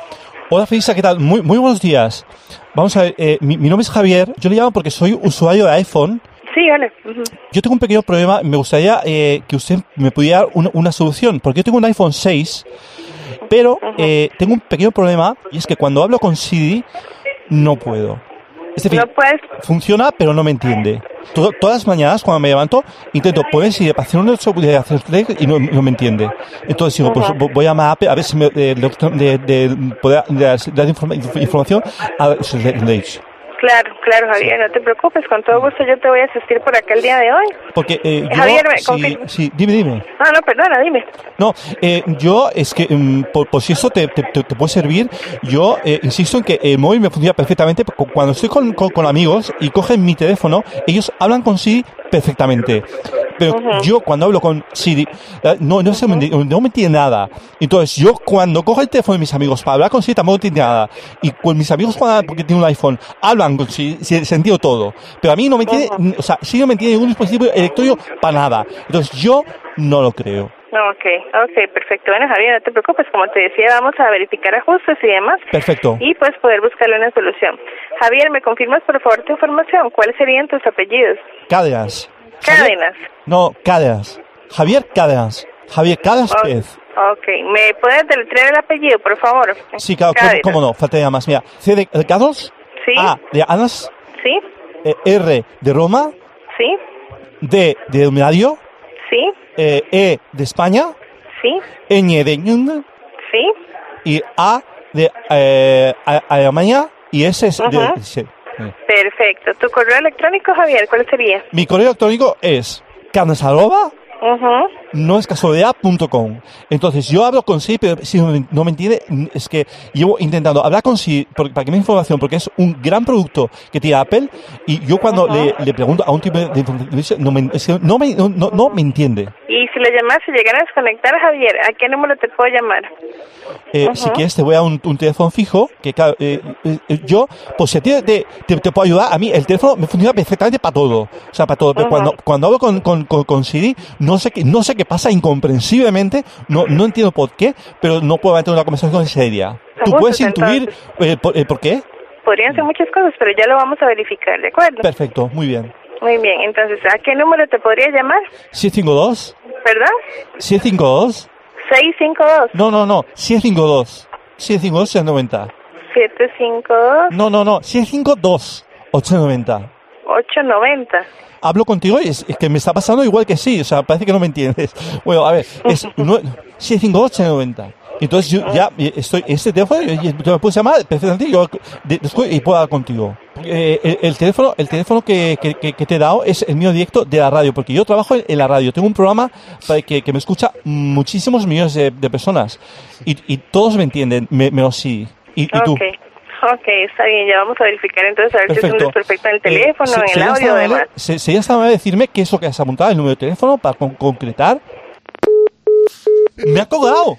Hola Felisa, ¿qué tal? Muy, muy buenos días. Vamos a ver, eh, mi, mi nombre es Javier, yo le llamo porque soy usuario de iPhone
Sí, hola. Ujú.
Yo tengo un pequeño problema, me gustaría eh, que usted me pudiera dar una, una solución, porque yo tengo un iPhone 6 Pero eh, tengo un pequeño problema y es que cuando hablo con Siri no puedo. Es decir,
pues,
funciona pero no me entiende. To- todas las mañanas cuando me levanto intento poner Siri para hacer un sobre- de hacer clic y no, no me entiende. Entonces digo, pues vo- voy a llamar a Apple a ver si me eh, le- de, de- poder- de dar dar informa- información a si le- le he dicho.
Claro, claro, Javier, no te preocupes, con todo gusto yo te voy a asistir por acá el día de hoy.
Porque eh, yo,
Javier, me
sí,
confirma.
sí, dime, dime.
No, no, perdona, dime.
No, eh, yo es que, mm, por, por si eso te, te- te- te puede servir, yo eh, insisto en que el móvil me funciona perfectamente. porque Cuando estoy con, con- con amigos y cogen mi teléfono, ellos hablan con Siri perfectamente. Pero
Ujú.
yo cuando hablo con Siri, eh, no, no, se me, enti- no me entiende nada. Entonces yo cuando cojo el teléfono de mis amigos para hablar con Siri tampoco entiende nada. Y con mis amigos cuando, porque tienen un iPhone, hablan con Siri, se, se entiende todo. Pero a mí no me entiende, o sea, Siri no me entiende ningún dispositivo electrónico para nada. Entonces yo no lo creo.
Ok, ok, perfecto. Bueno, Javier, no te preocupes, como te decía, vamos a verificar ajustes y demás.
Perfecto.
Y pues poder buscarle una solución. Javier, ¿me confirmas por favor tu información? ¿Cuáles serían tus apellidos?
Cádenas.
Cadenas.
No, Cádenas. Javier Cádenas. Javier Cádenas
Oh.
Pérez.
Ok, ¿me puedes deletrear el apellido, por favor?
Sí, claro, cómo,
Cádenas.
cómo no, faltaría más. Mira, C de de Cádenas,
Sí,
A de Anas,
sí,
eh, R de Roma,
sí,
D de Dominario,
sí,
eh, E de España,
sí,
Ñ de Ñung
sí.
y A de eh, A- Alemania y S es de...
Ajá.
sí. Eh.
Perfecto. ¿Tu correo electrónico, Javier, cuál sería?
Mi correo electrónico es carnesaroba
Ujú.
no es casualidad.com. Entonces, yo hablo con Siri, pero si no me- no me entiende, mm, es que llevo intentando hablar con Siri por- para que me dé información, porque es un gran producto que tiene Apple, y yo cuando le, le pregunto a un tipo de información, no me, es que no me, no, no- no me entiende.
Y si lo llamas y llegan a desconectar, Javier, ¿a qué número te puedo llamar?
Eh,
Ujú.
Si quieres, te voy a un, un teléfono fijo, que claro, eh, eh, eh, yo, pues si a ti te, te- te puedo ayudar, a mí el teléfono me funciona perfectamente para todo. O sea, para todo. Pero
Ujú.
cuando, cuando hablo con, con, con, con Siri, no sé, qué, no sé qué pasa incomprensiblemente, no, no entiendo por qué, pero no puedo mantener una conversación seria. ¿Tú
Ajustes,
puedes intuir eh, por, eh, por qué?
Podrían ser muchas cosas, pero ya lo vamos a verificar, ¿de acuerdo?
Perfecto, muy bien.
Muy bien, entonces, ¿a qué número te podría llamar?
652,
¿Perdón?
652,
652
no, no, no, 652, 652, 690.
752
No, no, no, 652, 890.
890.
hablo contigo y es, es que me está pasando igual que sí, o sea, parece que no me entiendes. Bueno, a ver, es nue- 65890. Entonces yo ya estoy, este teléfono, yo yo me puse a llamar perfectamente y yo de- después y puedo hablar contigo. Eh, el, el teléfono, el teléfono que, que- que- que te he dado es el mío directo de la radio, porque yo trabajo en, en la radio, tengo un programa para que, que me escucha muchísimos millones de, de personas y, y todos me entienden, me- menos sí. Y, y tú.
Ok, ok, está bien, ya vamos a verificar entonces a ver si es un
Perfecto.
desperfecto en el
Eh,
teléfono,
se-
en el
sería
audio,
tan
además.
amable- se- sería tan amable decirme qué es lo que has apuntado, el número de teléfono, para con- concretar. ¡Me ha colgado!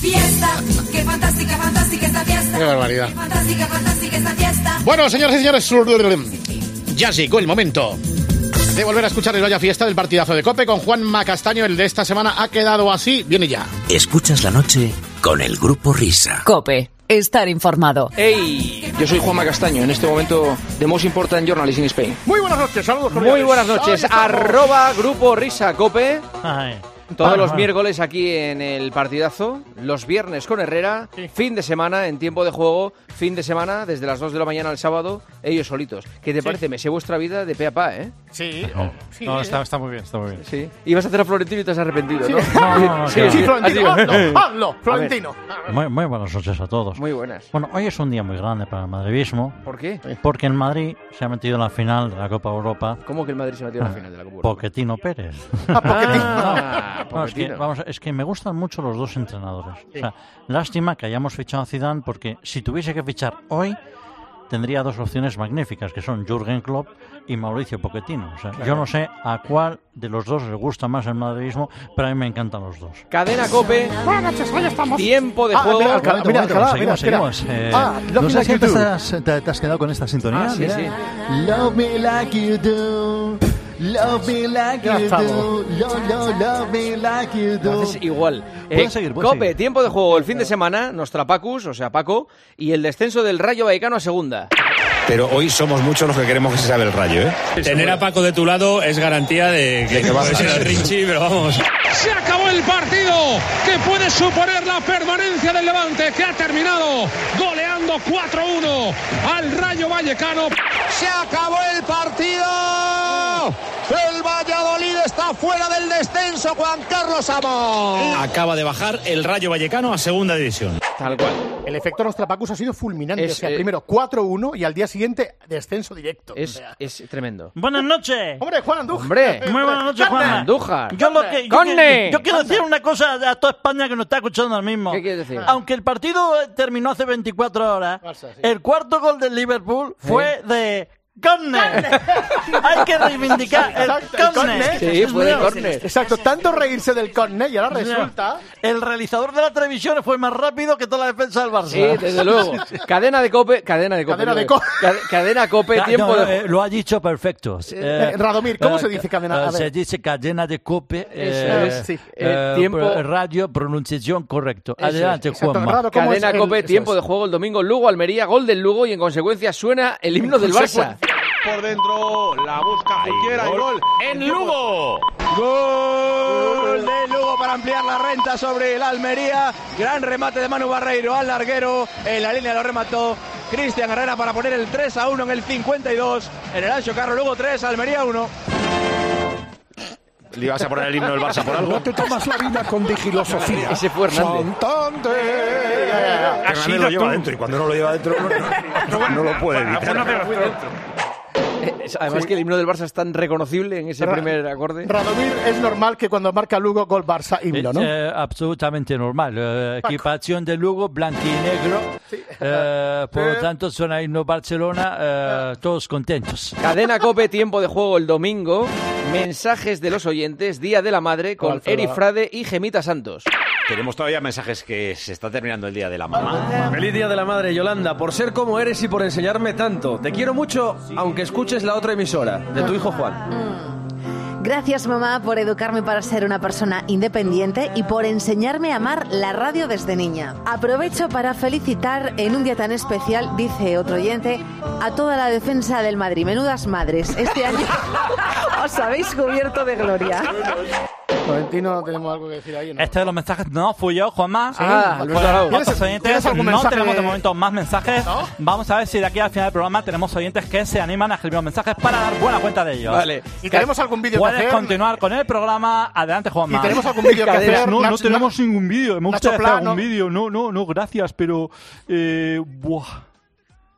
Fiesta, qué fantástica, fantástica esta fiesta.
Qué barbaridad.
Fantástica, fantástica esta fiesta.
Bueno, señoras y señores, ya llegó el momento de volver a escuchar el Vaya Fiesta del partidazo de Cope con Juan Macastaño. El de esta semana ha quedado así. Viene ya.
Escuchas la noche con el grupo Risa.
Cope, estar informado.
¡Hey! Yo soy Juanma Castaño, en este momento The Most Important Journalist in Spain.
Muy buenas noches, saludos cordiales.
Muy buenas noches,
Ahí estamos.
arroba Grupo Risa Cope. Todos
Vale,
los
vale.
miércoles aquí en el partidazo, los viernes con Herrera, fin de semana en tiempo de juego, fin de semana desde las 2 de la mañana al sábado, ellos solitos. ¿Qué te
Sí. Oh,
parece? Me sé vuestra vida de pe a pa, ¿eh? Sí,
No, está, está muy bien, está muy bien.
Sí. Ibas a hacer a Florentino y te has arrepentido,
eh. Sí.
¿no?
No, no, no, no. Sí, Florentino,
Así va.
hazlo, hazlo,
A ver,
Florentino. Muy, muy buenas noches a todos.
Muy buenas.
Bueno, hoy es un día muy grande para el madridismo.
¿Por qué?
Porque el Madrid se ha metido en la final de la Copa Europa.
¿Cómo que el Madrid se metió en la final de la Copa Europa?
Poquetino Pérez.
Ah,
No, es que,
Pochettino.
vamos, es que me gustan mucho los dos entrenadores. O sea, lástima que hayamos fichado a Zidane porque si tuviese que fichar hoy tendría dos opciones magníficas que son Jürgen Klopp y Mauricio Pochettino. O sea,
Claro.
yo no sé a cuál de los dos le gusta más el madridismo, pero a mí me encantan los dos.
Cadena Cope. Buenas noches, hoy estamos. Tiempo de
Ah,
juego.
mira, Alcalá,
Momento,
mira,
momento,
Alcalá,
seguimos,
mira,
seguimos.
mira.
Eh,
Ah,
no
No
sé
sé si
qué
te
tú-
has, te, te has quedado con esta sintonía.
Ah, sí,
mira.
sí.
Love me like you do. Love me like
Ya
you
estamos.
do. Love, love, love me like you do.
Entonces, igual.
Puedes
Eh,
seguir, puedes
Cope,
seguir.
tiempo de juego el fin de semana, Nostrapacus, o sea, Paco, y el descenso del Rayo Vallecano a segunda.
pero hoy somos muchos los que queremos que se sabe el rayo, ¿eh?
Tener a Paco de tu lado es garantía de que,
De que bajas.
puede ser el Rinchi, pero vamos.
Se acabó el partido que puede suponer la permanencia del Levante que ha terminado goleando 4-1 al Rayo Vallecano. Se acabó el partido. El Valladolid está fuera del descenso, Juan Carlos Amo.
Acaba de bajar el Rayo Vallecano a segunda división.
Tal cual.
El efecto Nostrapacus ha sido fulminante.
Es,
o sea,
eh,
primero 4-1 y al día siguiente descenso directo.
Es, es tremendo.
Buenas noches.
Hombre, Juan Andújar.
Hombre.
Muy buenas noches,
Anda.
Juanma.
Andújar.
Yo, lo que, yo,
Conde.
que- yo quiero
Anda.
decir una cosa a toda España que nos está escuchando ahora mismo. Ah.
¿Qué quieres decir?
Aunque el partido eh, terminó hace 24 horas,
Barça, sí.
el cuarto gol del Liverpool fue de... ¡Corner! Hay que reivindicar
Exacto,
el corner.
Sí,
Dios
fue el
mío.
córner. Exacto, tanto reírse del córner y ahora resulta.
El realizador de la televisión fue más rápido que toda la defensa del Barça.
Sí, desde luego. Cadena de cope, cadena de cope.
Cadena de
no, eh. Cade- cadena cope,
Ah,
tiempo
no,
de
no, eh, lo ha dicho perfecto.
eh, Radomir, ¿cómo se dice cadena? A
eh,
ver.
se dice cadena de cope.
Eso es, sí. Eh, tiempo-
pro- radio, pronunciación correcto.
Eso es,
Adelante,
exacto.
Juanma.
Cadena Cope, tiempo de juego el domingo, Lugo, Almería, gol del Lugo y en consecuencia suena el himno del Barça.
Por dentro, la busca Junquera y gol. ¡En Lugo! Gol de Lugo para ampliar la renta sobre el Almería. Gran remate de Manu Barreiro al larguero. En la línea lo remató Cristian Herrera para poner el 3 a 1 en el 52. En el ancho carro, Lugo 3, Almería 1.
¿Le ibas a poner el himno del Barça por algo?
te tomas la vida con digilosofía.
Ese fue Hernández.
Que Hernández lo lleva dentro y cuando no lo lleva dentro no, no- no lo puede evitar.
Es- eh, Además que el himno del Barça es tan reconocible en ese
Ra-
primer acorde.
Radomir es normal que cuando marca Lugo gol Barça himno, ¿no?
Eh, absolutamente normal. Eh, equipación de Lugo, blanco y negro. Eh, por lo tanto, suena himno Barcelona. eh, todos contentos.
Cadena Cope, tiempo de juego el domingo. Mensajes de los oyentes, Día de la Madre, con
Alfredo.
Eri Frade y Gemita Santos.
Tenemos todavía mensajes que se está terminando el día de la mamá.
Feliz Día de la Madre, Yolanda, por ser como eres y por enseñarme tanto. Te quiero mucho, aunque escuches la otra emisora, de tu hijo Juan.
Gracias mamá por educarme para ser una persona independiente y por enseñarme a amar la radio desde niña. Aprovecho para felicitar en un día tan especial, dice otro oyente, a toda la defensa del Madrid. Menudas madres, este año os habéis cubierto de gloria.
Florentino, tenemos algo que decir ahí, ¿no?
Este de los mensajes no fui yo, Juanma.
Ah,
Fue-
Luis Arau.
¿Cuántos
este?
¿Tienes-
oyentes?
tienes algún
no
mensaje?
tenemos de momento más mensajes. Vamos a ver si de aquí al final del programa tenemos oyentes que se animan a escribir mensajes para dar buena cuenta de ellos.
Vale. Y tenemos algún vídeo que
Puedes
hacer.
continuar con el programa. Adelante, Juanma.
Y tenemos algún vídeo que Cadena. hacer.
No, no
Nacho-
tenemos ningún vídeo. Me gusta
Nacho
hacer
Pla,
algún
¿no?
vídeo. No, no, no, gracias, pero. Eh, buah.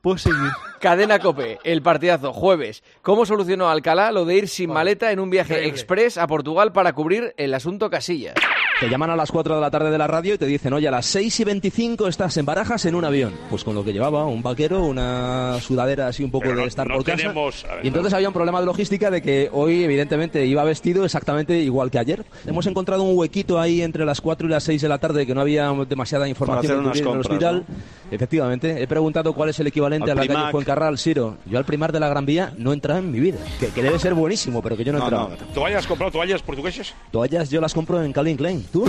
Puedo seguir.
Cadena Cope, el partidazo, jueves. ¿Cómo solucionó Alcalá lo de ir sin maleta en un viaje express a Portugal para cubrir el asunto Casillas?
Te llaman a las 4 de la tarde de la radio y te dicen, oye, a las 6 y 25 estás en Barajas en un avión. Pues con lo que llevaba, un vaquero, una sudadera así un poco de estar por casa.
tenemos- a ver,
y entonces había un problema de logística de que hoy, evidentemente, iba vestido exactamente igual que ayer. Hemos encontrado un huequito ahí entre las 4 y las 6 de la tarde que no había demasiada información que
hacer unas
cubrir en el
compras,
hospital. Efectivamente, he preguntado cuál es el equivalente
Al
a la calle
Primac.
Fuencarral, Siro. Yo al primar de la Gran Vía no he entrado en mi vida. Que, que debe ser buenísimo, pero que yo no he
No,
entrado.
no. ¿Toallas has comprado toallas portuguesas?
Toallas yo las compro en Calvin Klein. ¿Tú?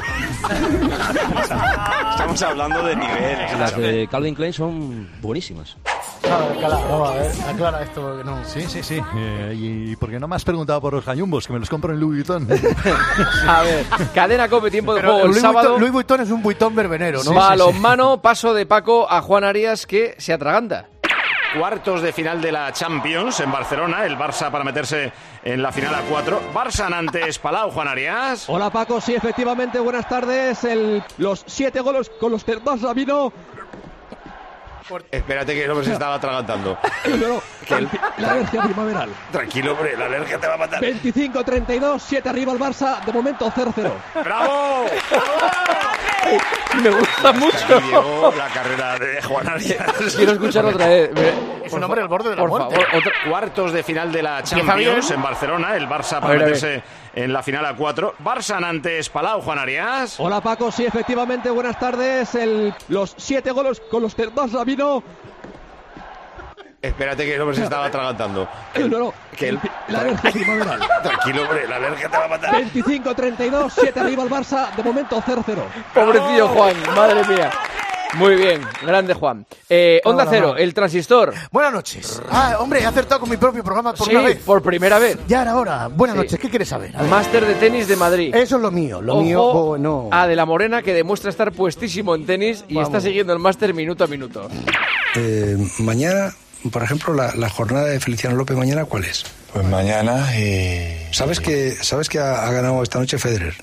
Estamos hablando de niveles.
Las de Calvin Klein son buenísimas.
Claro, Alcalá, vamos a ver, aclara esto que no.
Sí, sí, sí. Eh, y, y por qué no me has preguntado por los gallumbos, que me los compro en Louis Vuitton?
A ver, Cadena Cope, tiempo de
Pero
juego el
Louis,
sábado.
Vuitton, Louis Vuitton es un buitón verbenero, ¿no?
Balonmano, paso de Paco a Juan Arias que se atraganta.
Cuartos de final de la Champions en Barcelona. El Barça para meterse en la final a cuatro. Barça antes Palau, Juan Arias.
Hola Paco, sí, efectivamente, buenas tardes. El- los siete goles con los que el Barça vino.
Espérate que el hombre se estaba atragantando.
pero
Que el-
la alergia primaveral.
Tranquilo, hombre, la alergia te va a matar.
25-32, 7 arriba el Barça, de momento 0-0.
¡Bravo!
Me gusta
mucho. la carrera de Juan Arias.
Quiero escuchar otra vez.
Es un hombre al borde de la
Por
muerte.
favor, otro- cuartos de final de la
Empieza
Champions
bien.
en Barcelona. El Barça
A
para
ver, a
meterse en la final a cuatro. Barça antes Palau, Juan Arias.
Hola Paco, sí, efectivamente, buenas tardes. El- los siete goles con los que el Barça vino.
Espérate que el hombre se estaba atragantando. Que el-
La alergia primaveral.
Tranquilo, hombre, la alergia te va a matar.
25-32, 7 arriba el Barça, de momento 0-0.
Pobrecillo Juan, madre mía. Muy bien, grande Juan. Eh, Onda Cero, el transistor.
Buenas noches. Ah, hombre, he acertado con mi propio programa por
Sí,
una vez.
por primera vez.
Ya era hora. Buenas
Sí.
noches, ¿qué quieres saber? A ver.
Máster de tenis de Madrid.
Eso es lo mío, lo
Ojo
mío, bueno.
A De La Morena, que demuestra estar puestísimo en tenis y
Vamos.
está siguiendo el máster minuto a minuto.
Eh, mañana, por ejemplo, la, la jornada de Feliciano López, ¿mañana cuál es? Pues mañana eh, ¿Sabes que, sabes que ha, ha ganado esta noche Federer?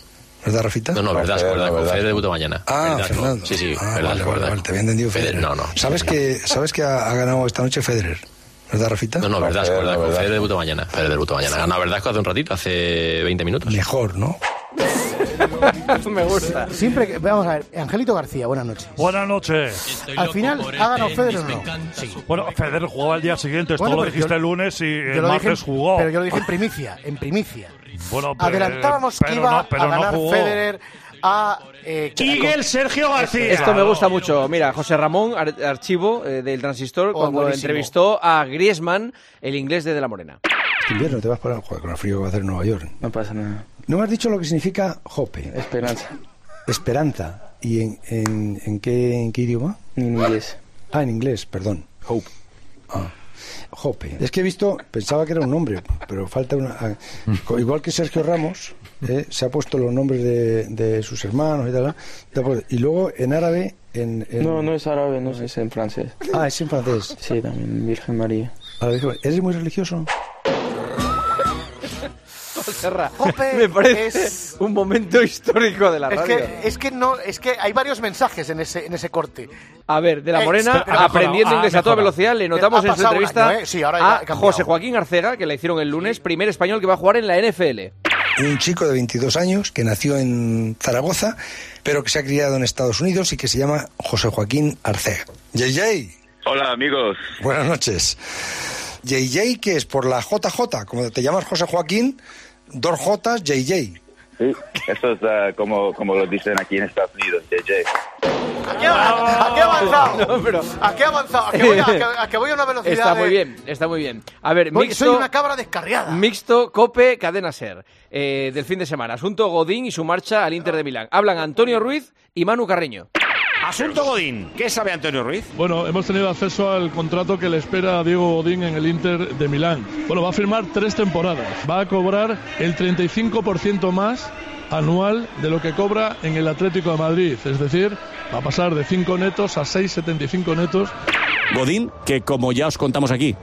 ¿Verdad, Rafita?
No, no, verdad, verdad. Federer debuta mañana.
Ah,
Verdasco.
Fernando.
Sí, sí,
Ah,
verdad,
vale, vale, vale, te había entendido Federer.
No, no.
¿Sabes que, sabes que ha, ha ganado esta noche Federer? ¿Verdad, Rafita?
No, no, verdad, verdad. Federer debuta mañana. Federer debuta mañana. Gana Verdasco hace un ratito, hace 20 minutos.
Mejor, ¿no?
Me gusta.
Siempre que. Vamos a ver, Angelito García, buenas noches.
Buenas noches.
Al final, ¿ha ganado Federer o no?
Bueno, Federer jugaba al día siguiente. Esto
Bueno,
lo
pero
dijiste
yo-
el lunes y el
Yo lo dije en-
martes jugó.
Pero yo lo dije en primicia, en primicia.
Bueno, pero- eh,
Adelantábamos que
pero
iba
no- pero
a
no
ganar
jugó.
Federer a. Eh,
Igel Sergio García.
Esto me gusta mucho. Mira, José Ramón, ar- archivo eh, del
Oh,
transistor, cuando
buenísimo.
entrevistó a Griezmann, el inglés de De La Morena.
Este invierno te vas para joder, con el frío que va a hacer en Nueva York.
No pasa nada.
No me has dicho lo que significa jope.
Esperanza.
Esperanza. ¿Y en, en- en qué, en qué idioma? En inglés. Ah, en inglés, perdón. Hope. Ah. Jope. Es que he visto, pensaba que era un nombre, pero falta una. ah, co- Igual que Sergio Ramos, eh, se ha puesto los nombres de, de sus hermanos y tal. tal, pues, Y luego en árabe, en. en-
No, no es árabe, no es en francés.
Ah, es en francés.
Sí, también Virgen María.
A ver, ¿Eres muy religioso?
Joserra,
Jope,
me parece
es-
un momento histórico de la
es
radio.
que, es que no, es que hay varios mensajes en ese, en ese corte.
A ver, de la
Eh,
Morena,
pero-
aprendiendo
ah,
inglés a toda
mejora.
velocidad, le
Ha
notamos en su
pasado un
entrevista
año, ¿eh? Sí, ahora ya ha
a
cambiado.
José Joaquín Arcega, que la hicieron el lunes, primer español que va a jugar en la NFL.
un chico de 22 años que nació en Zaragoza, pero que se ha criado en Estados Unidos y que se llama José Joaquín Arcega. JJ,
Hola amigos.
buenas noches. JJ, que es por la JJ, como te llamas José Joaquín, dos J, JJ.
Eh,
Sí, eso es ah, como, como lo dicen aquí en Estados Unidos, JJ.
¿A qué,
Ah,
a- a qué he avanzado? ¿A qué he avanzado? ¿A qué voy a, a qué- a qué voy a una velocidad?
Está muy
de-
bien, está muy bien. A ver,
eh, Voy-
mixto,
soy una cabra descarriada.
mixto, cope, cadena ser. eh, del fin de semana. Asunto Godín y su marcha al Inter de Milán. Hablan Antonio Ruiz y Manu Carreño.
Asunto Godín. ¿Qué sabe Antonio Ruiz?
Bueno, hemos tenido acceso al contrato que le espera a Diego Godín en el Inter de Milán. Bueno, va a firmar tres temporadas. Va a cobrar el 35% más anual de lo que cobra en el Atlético de Madrid. Es decir, va a pasar de 5 netos a 6,75 netos.
Godín, que como ya os contamos aquí,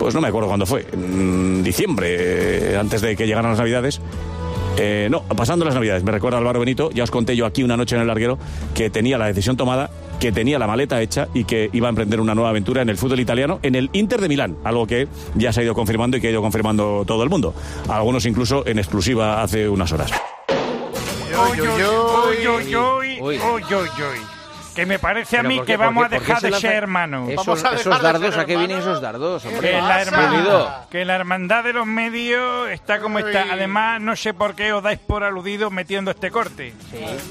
pues no me acuerdo cuándo fue, en diciembre, eh, antes de que llegaran las Navidades. Eh, no, pasando las Navidades, me recuerda Álvaro Benito, ya os conté yo aquí una noche en el larguero que tenía la decisión tomada, que tenía la maleta hecha y que iba a emprender una nueva aventura en el fútbol italiano, en el Inter de Milán, algo que ya se ha ido confirmando y que ha ido confirmando todo el mundo, algunos incluso en exclusiva hace unas horas.
Uy, uy, uy, uy, uy,
uy,
uy. Que me parece a
Pero
mí
¿por qué?
que vamos a
¿Por qué? ¿Por qué
dejar
se
de
lanza-
ser hermanos.
Esos, esos dardos, ¿a qué vienen esos dardos? Hombre,
Que la, hermandad,
Unido.
que la hermandad de los medios está como está. Además, no sé por qué os dais por aludidos metiendo este corte.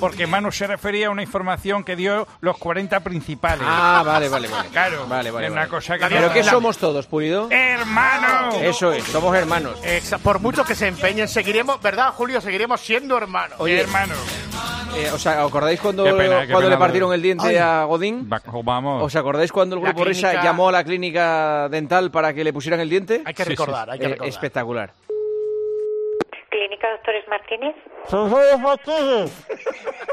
Porque Manu se refería a una información que dio los 40 principales.
Ah, vale, vale, vale.
Claro,
Vale, vale,
es una
vale.
cosa que...
¿Pero qué somos todos, Pulido?
¡Hermano!
Eso es, somos hermanos.
Exa- por mucho que se empeñen, seguiremos, ¿verdad, Julio? Seguiremos siendo hermanos.
Oye,
hermano.
Eh, ¿Os acordáis cuando,
Qué pena, qué
cuando
pena,
le partieron
Álvaro.
el diente
Ay.
a Godín?
Vamos.
¿Os acordáis cuando el
La
grupo Risa
clínica-
llamó a la clínica dental para que le pusieran el diente? Hay
que Sí, recordar, sí. hay que recordar.
espectacular.
Clínica Doctores Martínez.
Doctores Martínez,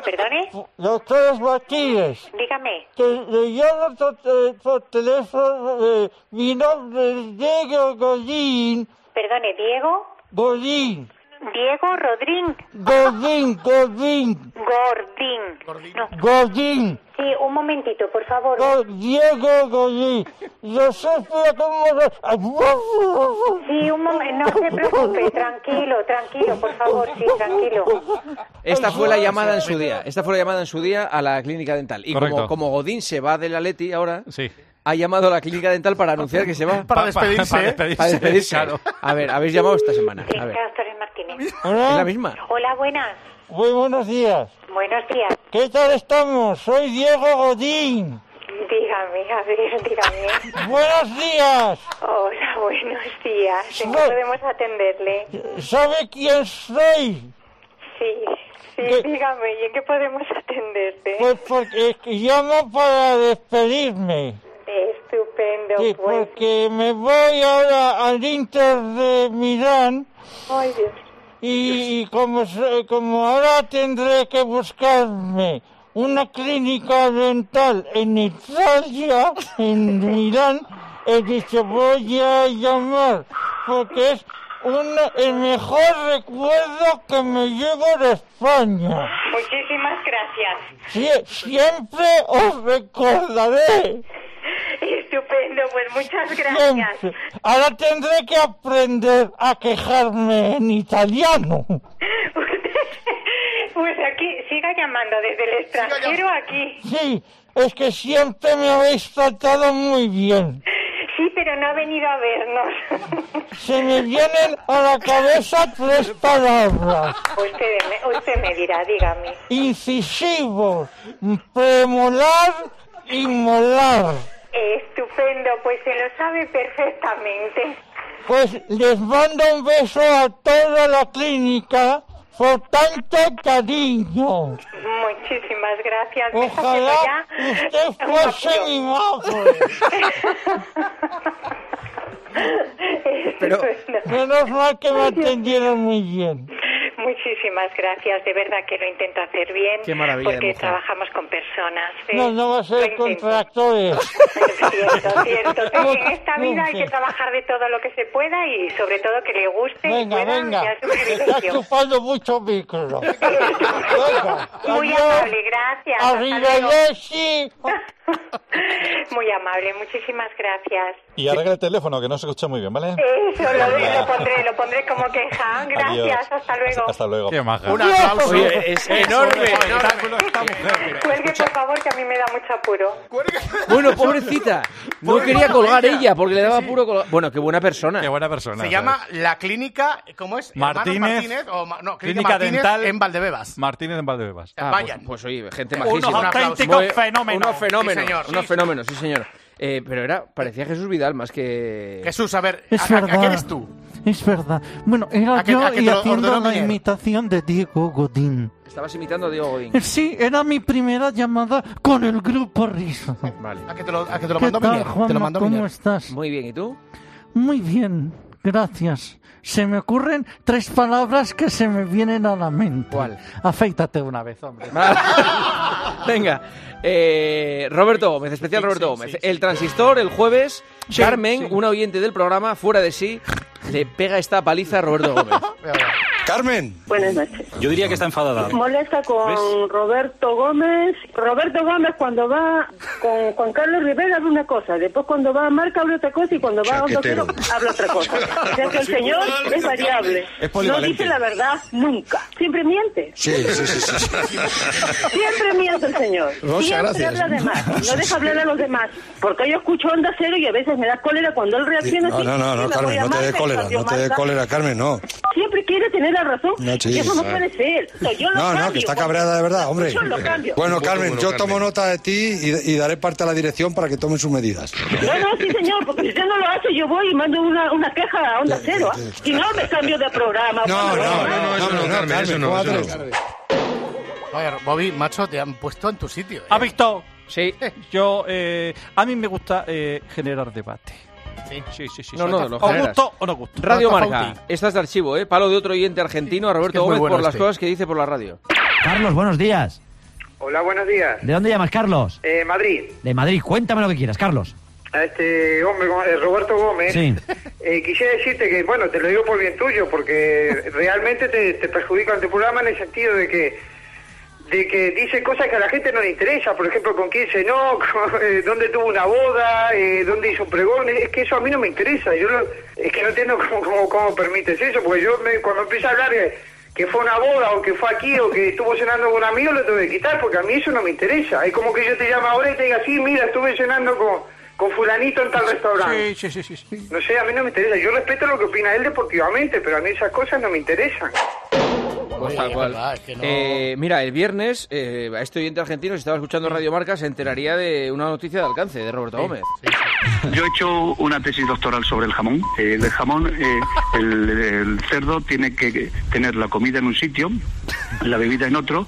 ¿Perdone?
doctores Martínez,
Dígame.
que le llamo por, te- por teléfono, eh, mi nombre es Diego Godín,
Perdone, Diego.
Godín,
Diego Rodrín.
Godín, Godín,
Gordín. No.
Godín,
Sí, un momentito, por favor.
Go- Diego Godín, yo sé que como...
Sí, un momento. No se preocupe. Tranquilo, tranquilo, por favor. Sí, tranquilo.
Esta fue la llamada en su día. Esta fue la llamada en su día a la clínica dental. Y como,
Correcto.
como Godín se va del Atleti ahora, ha llamado a la clínica dental para anunciar que se va.
Para Pa- pa- despedirse, para ¿eh? despedirse,
Para despedirse.
claro.
A ver, habéis llamado esta semana. A ver.
Clínica Doctores Martínez.
Hola.
¿Es la misma?
Hola, buenas.
Muy buenos días,
Buenos días.
¿qué tal estamos? Soy Diego Godín.
Dígame, a ver, dígame.
Buenos días.
Hola, buenos días. ¿En qué podemos atenderle?
¿Sabe quién soy?
Sí. Sí, dígame, ¿y en qué podemos atenderte?
Pues porque es que llamo para despedirme.
Estupendo,
Sí,
pues.
porque me voy ahora al Inter de Milán. Y, y como, se- como ahora tendré que buscarme una clínica dental en Italia, en Milán, he dicho voy a llamar porque es una- el mejor recuerdo que me llevo de España.
pues. Muchísimas gracias.
Sie- siempre os recordaré.
Estupendo, pues muchas gracias.
Siempre. Ahora tendré que aprender a quejarme en italiano.
Pues aquí, siga llamando desde el extranjero aquí.
Sí, es que siempre me habéis tratado muy bien.
Sí, pero no ha venido a vernos.
Se me vienen a la cabeza tres palabras.
Usted me, usted me dirá, dígame.
Incisivos, premolar y molar.
Estupendo, pues se lo sabe perfectamente.
Pues les mando un beso a toda la clínica por tanto cariño.
Muchísimas gracias. Me está
Ojalá
haciendo
usted
ya un
fuese
apuro.
mi mago.
Pero-
Menos mal que me atendieron muy bien.
Muchísimas gracias, de verdad que lo intento hacer bien.
Qué maravilla de
Porque
mujer.
trabajamos con personas. ¿eh?
No, no va a ser
Lo intento.
contractores.
Cierto, cierto. Pero En esta vida hay que trabajar de todo lo que se pueda y sobre todo que le guste. y
Venga,
pueda,
venga.
ya es un
Me Estás
privilegio.
chupando mucho micro. Venga,
Muy
adiós.
amable, gracias. Hasta luego.
Arrivederci.
Muy amable, muchísimas gracias.
Y arregla el teléfono, que no se escucha muy bien, ¿vale?
Eso lo, lo pondré, lo pondré como queja. Gracias, hasta luego.
Hasta luego.
Qué maja.
Un aplauso.
Oye, es enorme,
enorme.
Cuelgue, por favor, que a mí me da mucho apuro.
Bueno, pobrecita. No quería colgar ella porque le daba puro colgar. Bueno, qué buena persona. Qué
buena persona.
Se llama la clínica, ¿cómo es? Hermanos
Martínez.
Martínez o Ma- no, clínica,
Clínica
Martínez
Dental.
en Valdebebas.
Martínez en Valdebebas.
Vayan. Eh,
Pues, pues oye, gente
Unos
majísima.
auténticos
Muy-
fenómenos.
Unos fenómenos,
Sí, señor.
unos
Sí,
fenómenos, sí, señor. Eh, pero era, parecía Jesús Vidal más que...
Jesús, a ver,
Es
¿a, a- a
verdad.
qué eres tú?
Es verdad. Bueno, era
¿A qué-
yo
a qué te
y
lo
haciendo
ordenó
la
Miguel?
imitación de Diego Godín.
Estabas imitando a Diego Godín.
Sí, era mi primera llamada con el grupo Risa.
Vale.
¿A que te lo, a que te lo
¿Qué
mandó
tal,
Miguel?
Juanma?
te lo mandó
¿Cómo
Miguel.
estás?
Muy bien, ¿y tú?
Muy bien, gracias. Se me ocurren tres palabras que se me vienen a la mente.
¿Cuál?
Afeítate una vez, hombre.
Venga, eh, Roberto Gómez, especial Roberto Gómez. el transistor, el jueves, Carmen, una oyente del programa, fuera de sí, le pega esta paliza a Roberto Gómez.
Carmen. Buenas noches.
Yo diría que está enfadada.
Molesta con Roberto Gómez. Roberto Gómez cuando va con Juan Carlos Rivera habla una cosa, después cuando va a Marca habla otra cosa y cuando va a otro
Chaquetero.
sitio, habla otra cosa. O sea que el señor es variable.
Es
no
polivalente.
dice la verdad nunca. Siempre miente.
Sí, sí, sí. sí.
Siempre miente el señor.
Rosa,
Siempre
gracias.
habla de más. No deja hablar a los demás. Porque yo escucho Onda Cero y a veces me da cólera cuando él reacciona.
No,
así,
no, no,
me
no,
voy
Carmen,
a
no te
Marca,
dé cólera,
cambio
no te dé
Marca.
cólera, Carmen, no.
Siempre quiere tener la razón.
No, sí,
y eso no
sí.
puede ser. O sea, yo lo
No, no, que
cambio.
está cabreada de verdad, hombre.
Yo lo cambio.
Bueno, Carmen,
Bueno,
yo
Carmen.
tomo nota de ti y, y daré parte a la dirección para que tomen sus medidas.
No, no, sí, señor, porque si usted no lo hace, yo voy y mando una, una queja a
Eh,
Onda Cero. ¿ah? Si no, me cambio de programa.
No, no, no, no,
eso no, Carmen, eso no,
eso no.
Oye, Bobby, macho, te han puesto en tu sitio. ¿eh?
¿Has visto? Sí. Yo, eh, a mí me gusta eh, generar debate. Sí, sí, sí. sí.
No, no, lo
¿Os
generas.
gustó o no gustó?
Radio Marca, estás de archivo, ¿eh? Palo de otro oyente argentino a Roberto
es muy
Gómez
bueno
por las
este.
cosas que dice por la radio.
Carlos, buenos días.
Hola, buenos días.
¿De dónde llamas, Carlos?
Eh, Madrid,
De Madrid. Cuéntame lo que quieras, Carlos.
a este hombre, eh, Roberto Gómez,
Sí.
eh, quisiera decirte que, bueno, te lo digo por bien tuyo, porque realmente te, te perjudica en tu programa en el sentido de que de que dice cosas que a la gente no le interesa, por ejemplo, con quién se no, con- eh, dónde tuvo una boda, eh, dónde hizo un pregón, es que eso a mí no me interesa, yo lo- es que no entiendo cómo, cómo, cómo permites eso, porque yo me- cuando empiezo a hablar eh, que fue una boda o que fue aquí o que estuvo cenando con un amigo, lo tengo que quitar, porque a mí eso no me interesa, es como que yo te llame ahora y te diga, sí, mira, estuve cenando con, con fulanito en tal restaurante.
Sí, sí, sí, sí. sí.
No sé, a mí no me interesa, yo respeto lo que opina él deportivamente, pero a mí esas cosas no me interesan.
Pues tal cual. Eh, mira, el viernes, eh, a este oyente argentino, si estaba escuchando Radio Marca, se enteraría de una noticia de alcance de Roberto Gómez.
Yo he hecho una tesis doctoral sobre el jamón. Eh, el jamón eh,
el, el cerdo tiene que tener la comida en un sitio, la bebida en otro,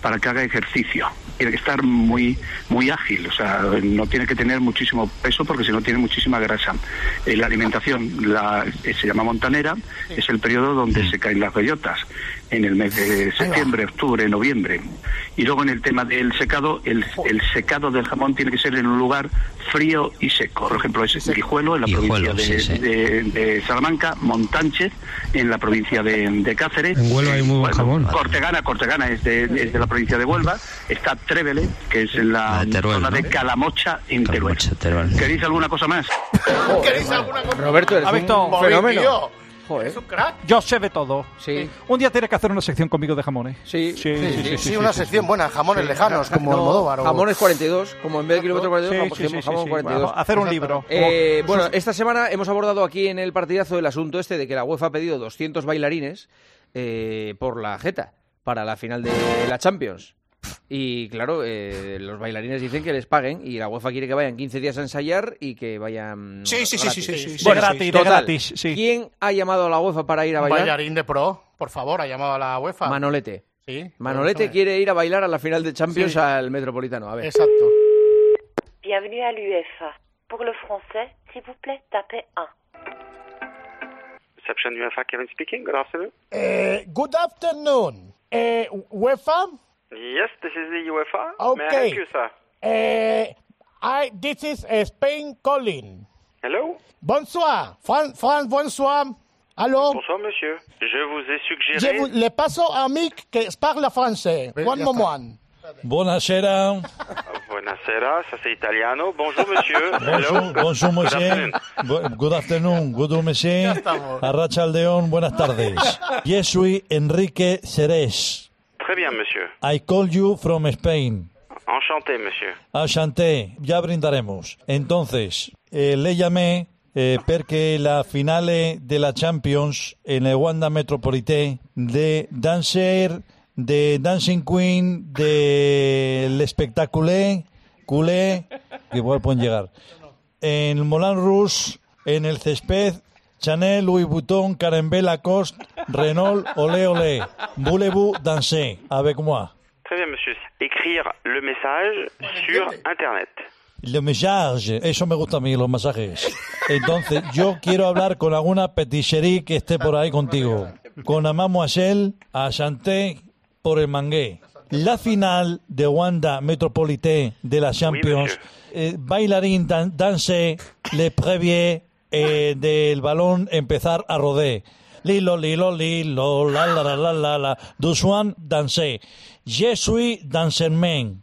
para que haga ejercicio. Tiene que estar muy, muy ágil, o sea, no tiene que tener muchísimo peso porque si no tiene muchísima grasa. Eh, la alimentación la, eh, se llama montanera, es el periodo donde se caen las bellotas, en el mes de septiembre, octubre, noviembre. Y luego en el tema del secado, el, el secado del jamón tiene que ser en un lugar frío y seco. Por ejemplo, es Guijuelo, en la
Guijuelo,
provincia de,
sí, sí.
de- de Salamanca, Montánchez, en la provincia de, de Cáceres.
En Huelva hay muy buen
Bueno,
jamón.
Cortegana, Cortegana es de, es de la provincia de Huelva. Está Trébele, que es en la zona de Calamocha, en Teruel. ¿Queréis alguna cosa más?
¿Queréis alguna cosa?
Roberto, eres
¿Ha visto?
un
Movic,
fenómeno.
tío.
Joder.
Eres un crack.
Yo sé de todo.
Sí.
Un día tienes que hacer una sección conmigo de jamones.
Sí,
sí, sí.
sí, sí, una sección buena, jamones lejanos, como Almodóvar o-
Jamones 42, como en vez de kilómetro 42,
Sí,
pues
sí,
hacemos
sí,
jamón
sí.
42.
Bueno, hacer un libro.
Eh,
Como-
bueno, esta semana hemos abordado aquí en el partidazo el asunto este de que la UEFA ha pedido 200 bailarines eh, por la jeta para la final de la Champions. Y claro, eh, los bailarines dicen que les paguen y la UEFA quiere que vayan 15 días a ensayar y que vayan.
Sí, sí, sí,
gratis.
sí, sí, sí, sí.
Bueno,
De gratis, de
total,
gratis,
¿Quién ha llamado a la UEFA para ir a
Un
bailar?
bailarín de pro, por favor, ha llamado a la UEFA.
Manolete.
Sí.
Manolete
pregúntame.
quiere ir a bailar a la final de Champions
Sí.
al Metropolitano. A ver.
Exacto.
Bienvenue à l'UEFA. Pour le français, s'il vous plaît, tapez 1.
Reception UEFA, Kevin speaking. Good afternoon.
Eh, good afternoon. Eh, UEFA,
Yes, this is the UEFA. May I
Okay.
help you, sir?
eh, I, this is eh, Spain calling.
Hello?
Bonsoir. Fran, Fran, bonsoir. Allô?
Bonsoir, monsieur. Je vous ai
Oh. Je
suggéré...
vous le passe à Mick qui parle français. One moment.
Buonasera.
Buonasera, ça c'est italiano. Bonjour, monsieur.
Bonjour,
Hello?
bonjour,
Good
monsieur.
afternoon.
Bu- Good afternoon, good monsieur.
estamos.
Arracha Aldeón, buenas tardes. Yo soy Enrique Ceres.
Très bien, monsieur.
I call you from Spain.
Enchanté, monsieur.
Enchanté, ya brindaremos. Entonces, eh, le llamé eh, porque la finale de la Champions en el Wanda Metropolité de Dancer, de Dancing Queen, de l'Espectaculé, Culé, que igual pueden llegar. En Molan Rouge, en el Césped, Chanel, Louis Vuitton, Carembé Lacoste, Renault, Olé Olé, Voulez-vous danser avec moi?
Très bien, monsieur. Écrire le message sur Internet.
Le massage, eso me gusta a mí, los masajes. Entonces, yo quiero hablar con alguna peticherí que esté por ahí contigo. Con Amamo Asel, a Santé, por el Mangué. La final de Wanda Metropolité de la Champions, eh, bailarín dan- danse, le previe eh, del balón empezar a rodé. Lilo, lilo, lilo, la la la la la la, du swan danse. Je suis dansermen.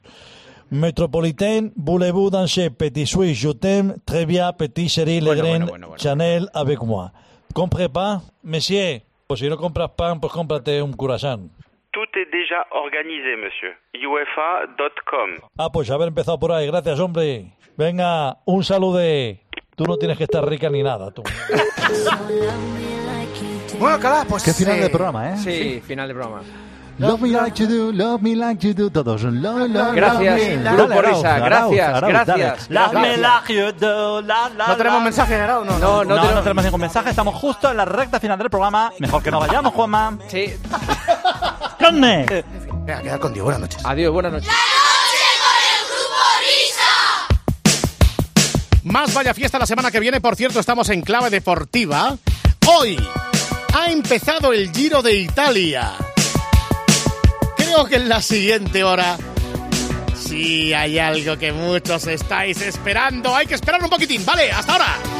Metropolitain, Boulevard Danse, Petit Suisse, Je t'aime, Très bien, Petit Chéri, Le Grain, Chanel, Avec Moi. ¿Compre pan, monsieur? Pues si no compras pan, pues cómprate un curasán.
Tout est déjà organisé, monsieur. UEFA.com.
Ah, pues haber empezado por ahí. Gracias, hombre. Venga, un saludo. Tú no tienes que estar rica ni nada, tú.
Bueno, Calá, pues...
Qué final
eh,
de programa, ¿eh?
Sí, final de programa.
Love me like you do, love me like you do, todos. Love, love, love
Gracias,
me.
Grupo
Dale, Arauz,
Risa,
Arauz,
gracias,
Arauz,
gracias,
dale.
gracias.
Love me like you do, la, la,
¿No tenemos
la.
mensaje, Gerardo? No, no, no
no,
tenemos-
tenemos ningún mensaje. Estamos justo en la recta final del programa. Mejor que nos vayamos, Juanma.
Sí.
¡Carne!
Me voy a quedar con Dios. Buenas noches.
Adiós, buenas noches.
Más vaya fiesta la semana que viene, por cierto, estamos en clave deportiva. Hoy ha empezado el Giro de Italia. Creo que en la siguiente hora, si hay algo que muchos estáis esperando, hay que esperar un poquitín, ¿vale? Hasta ahora.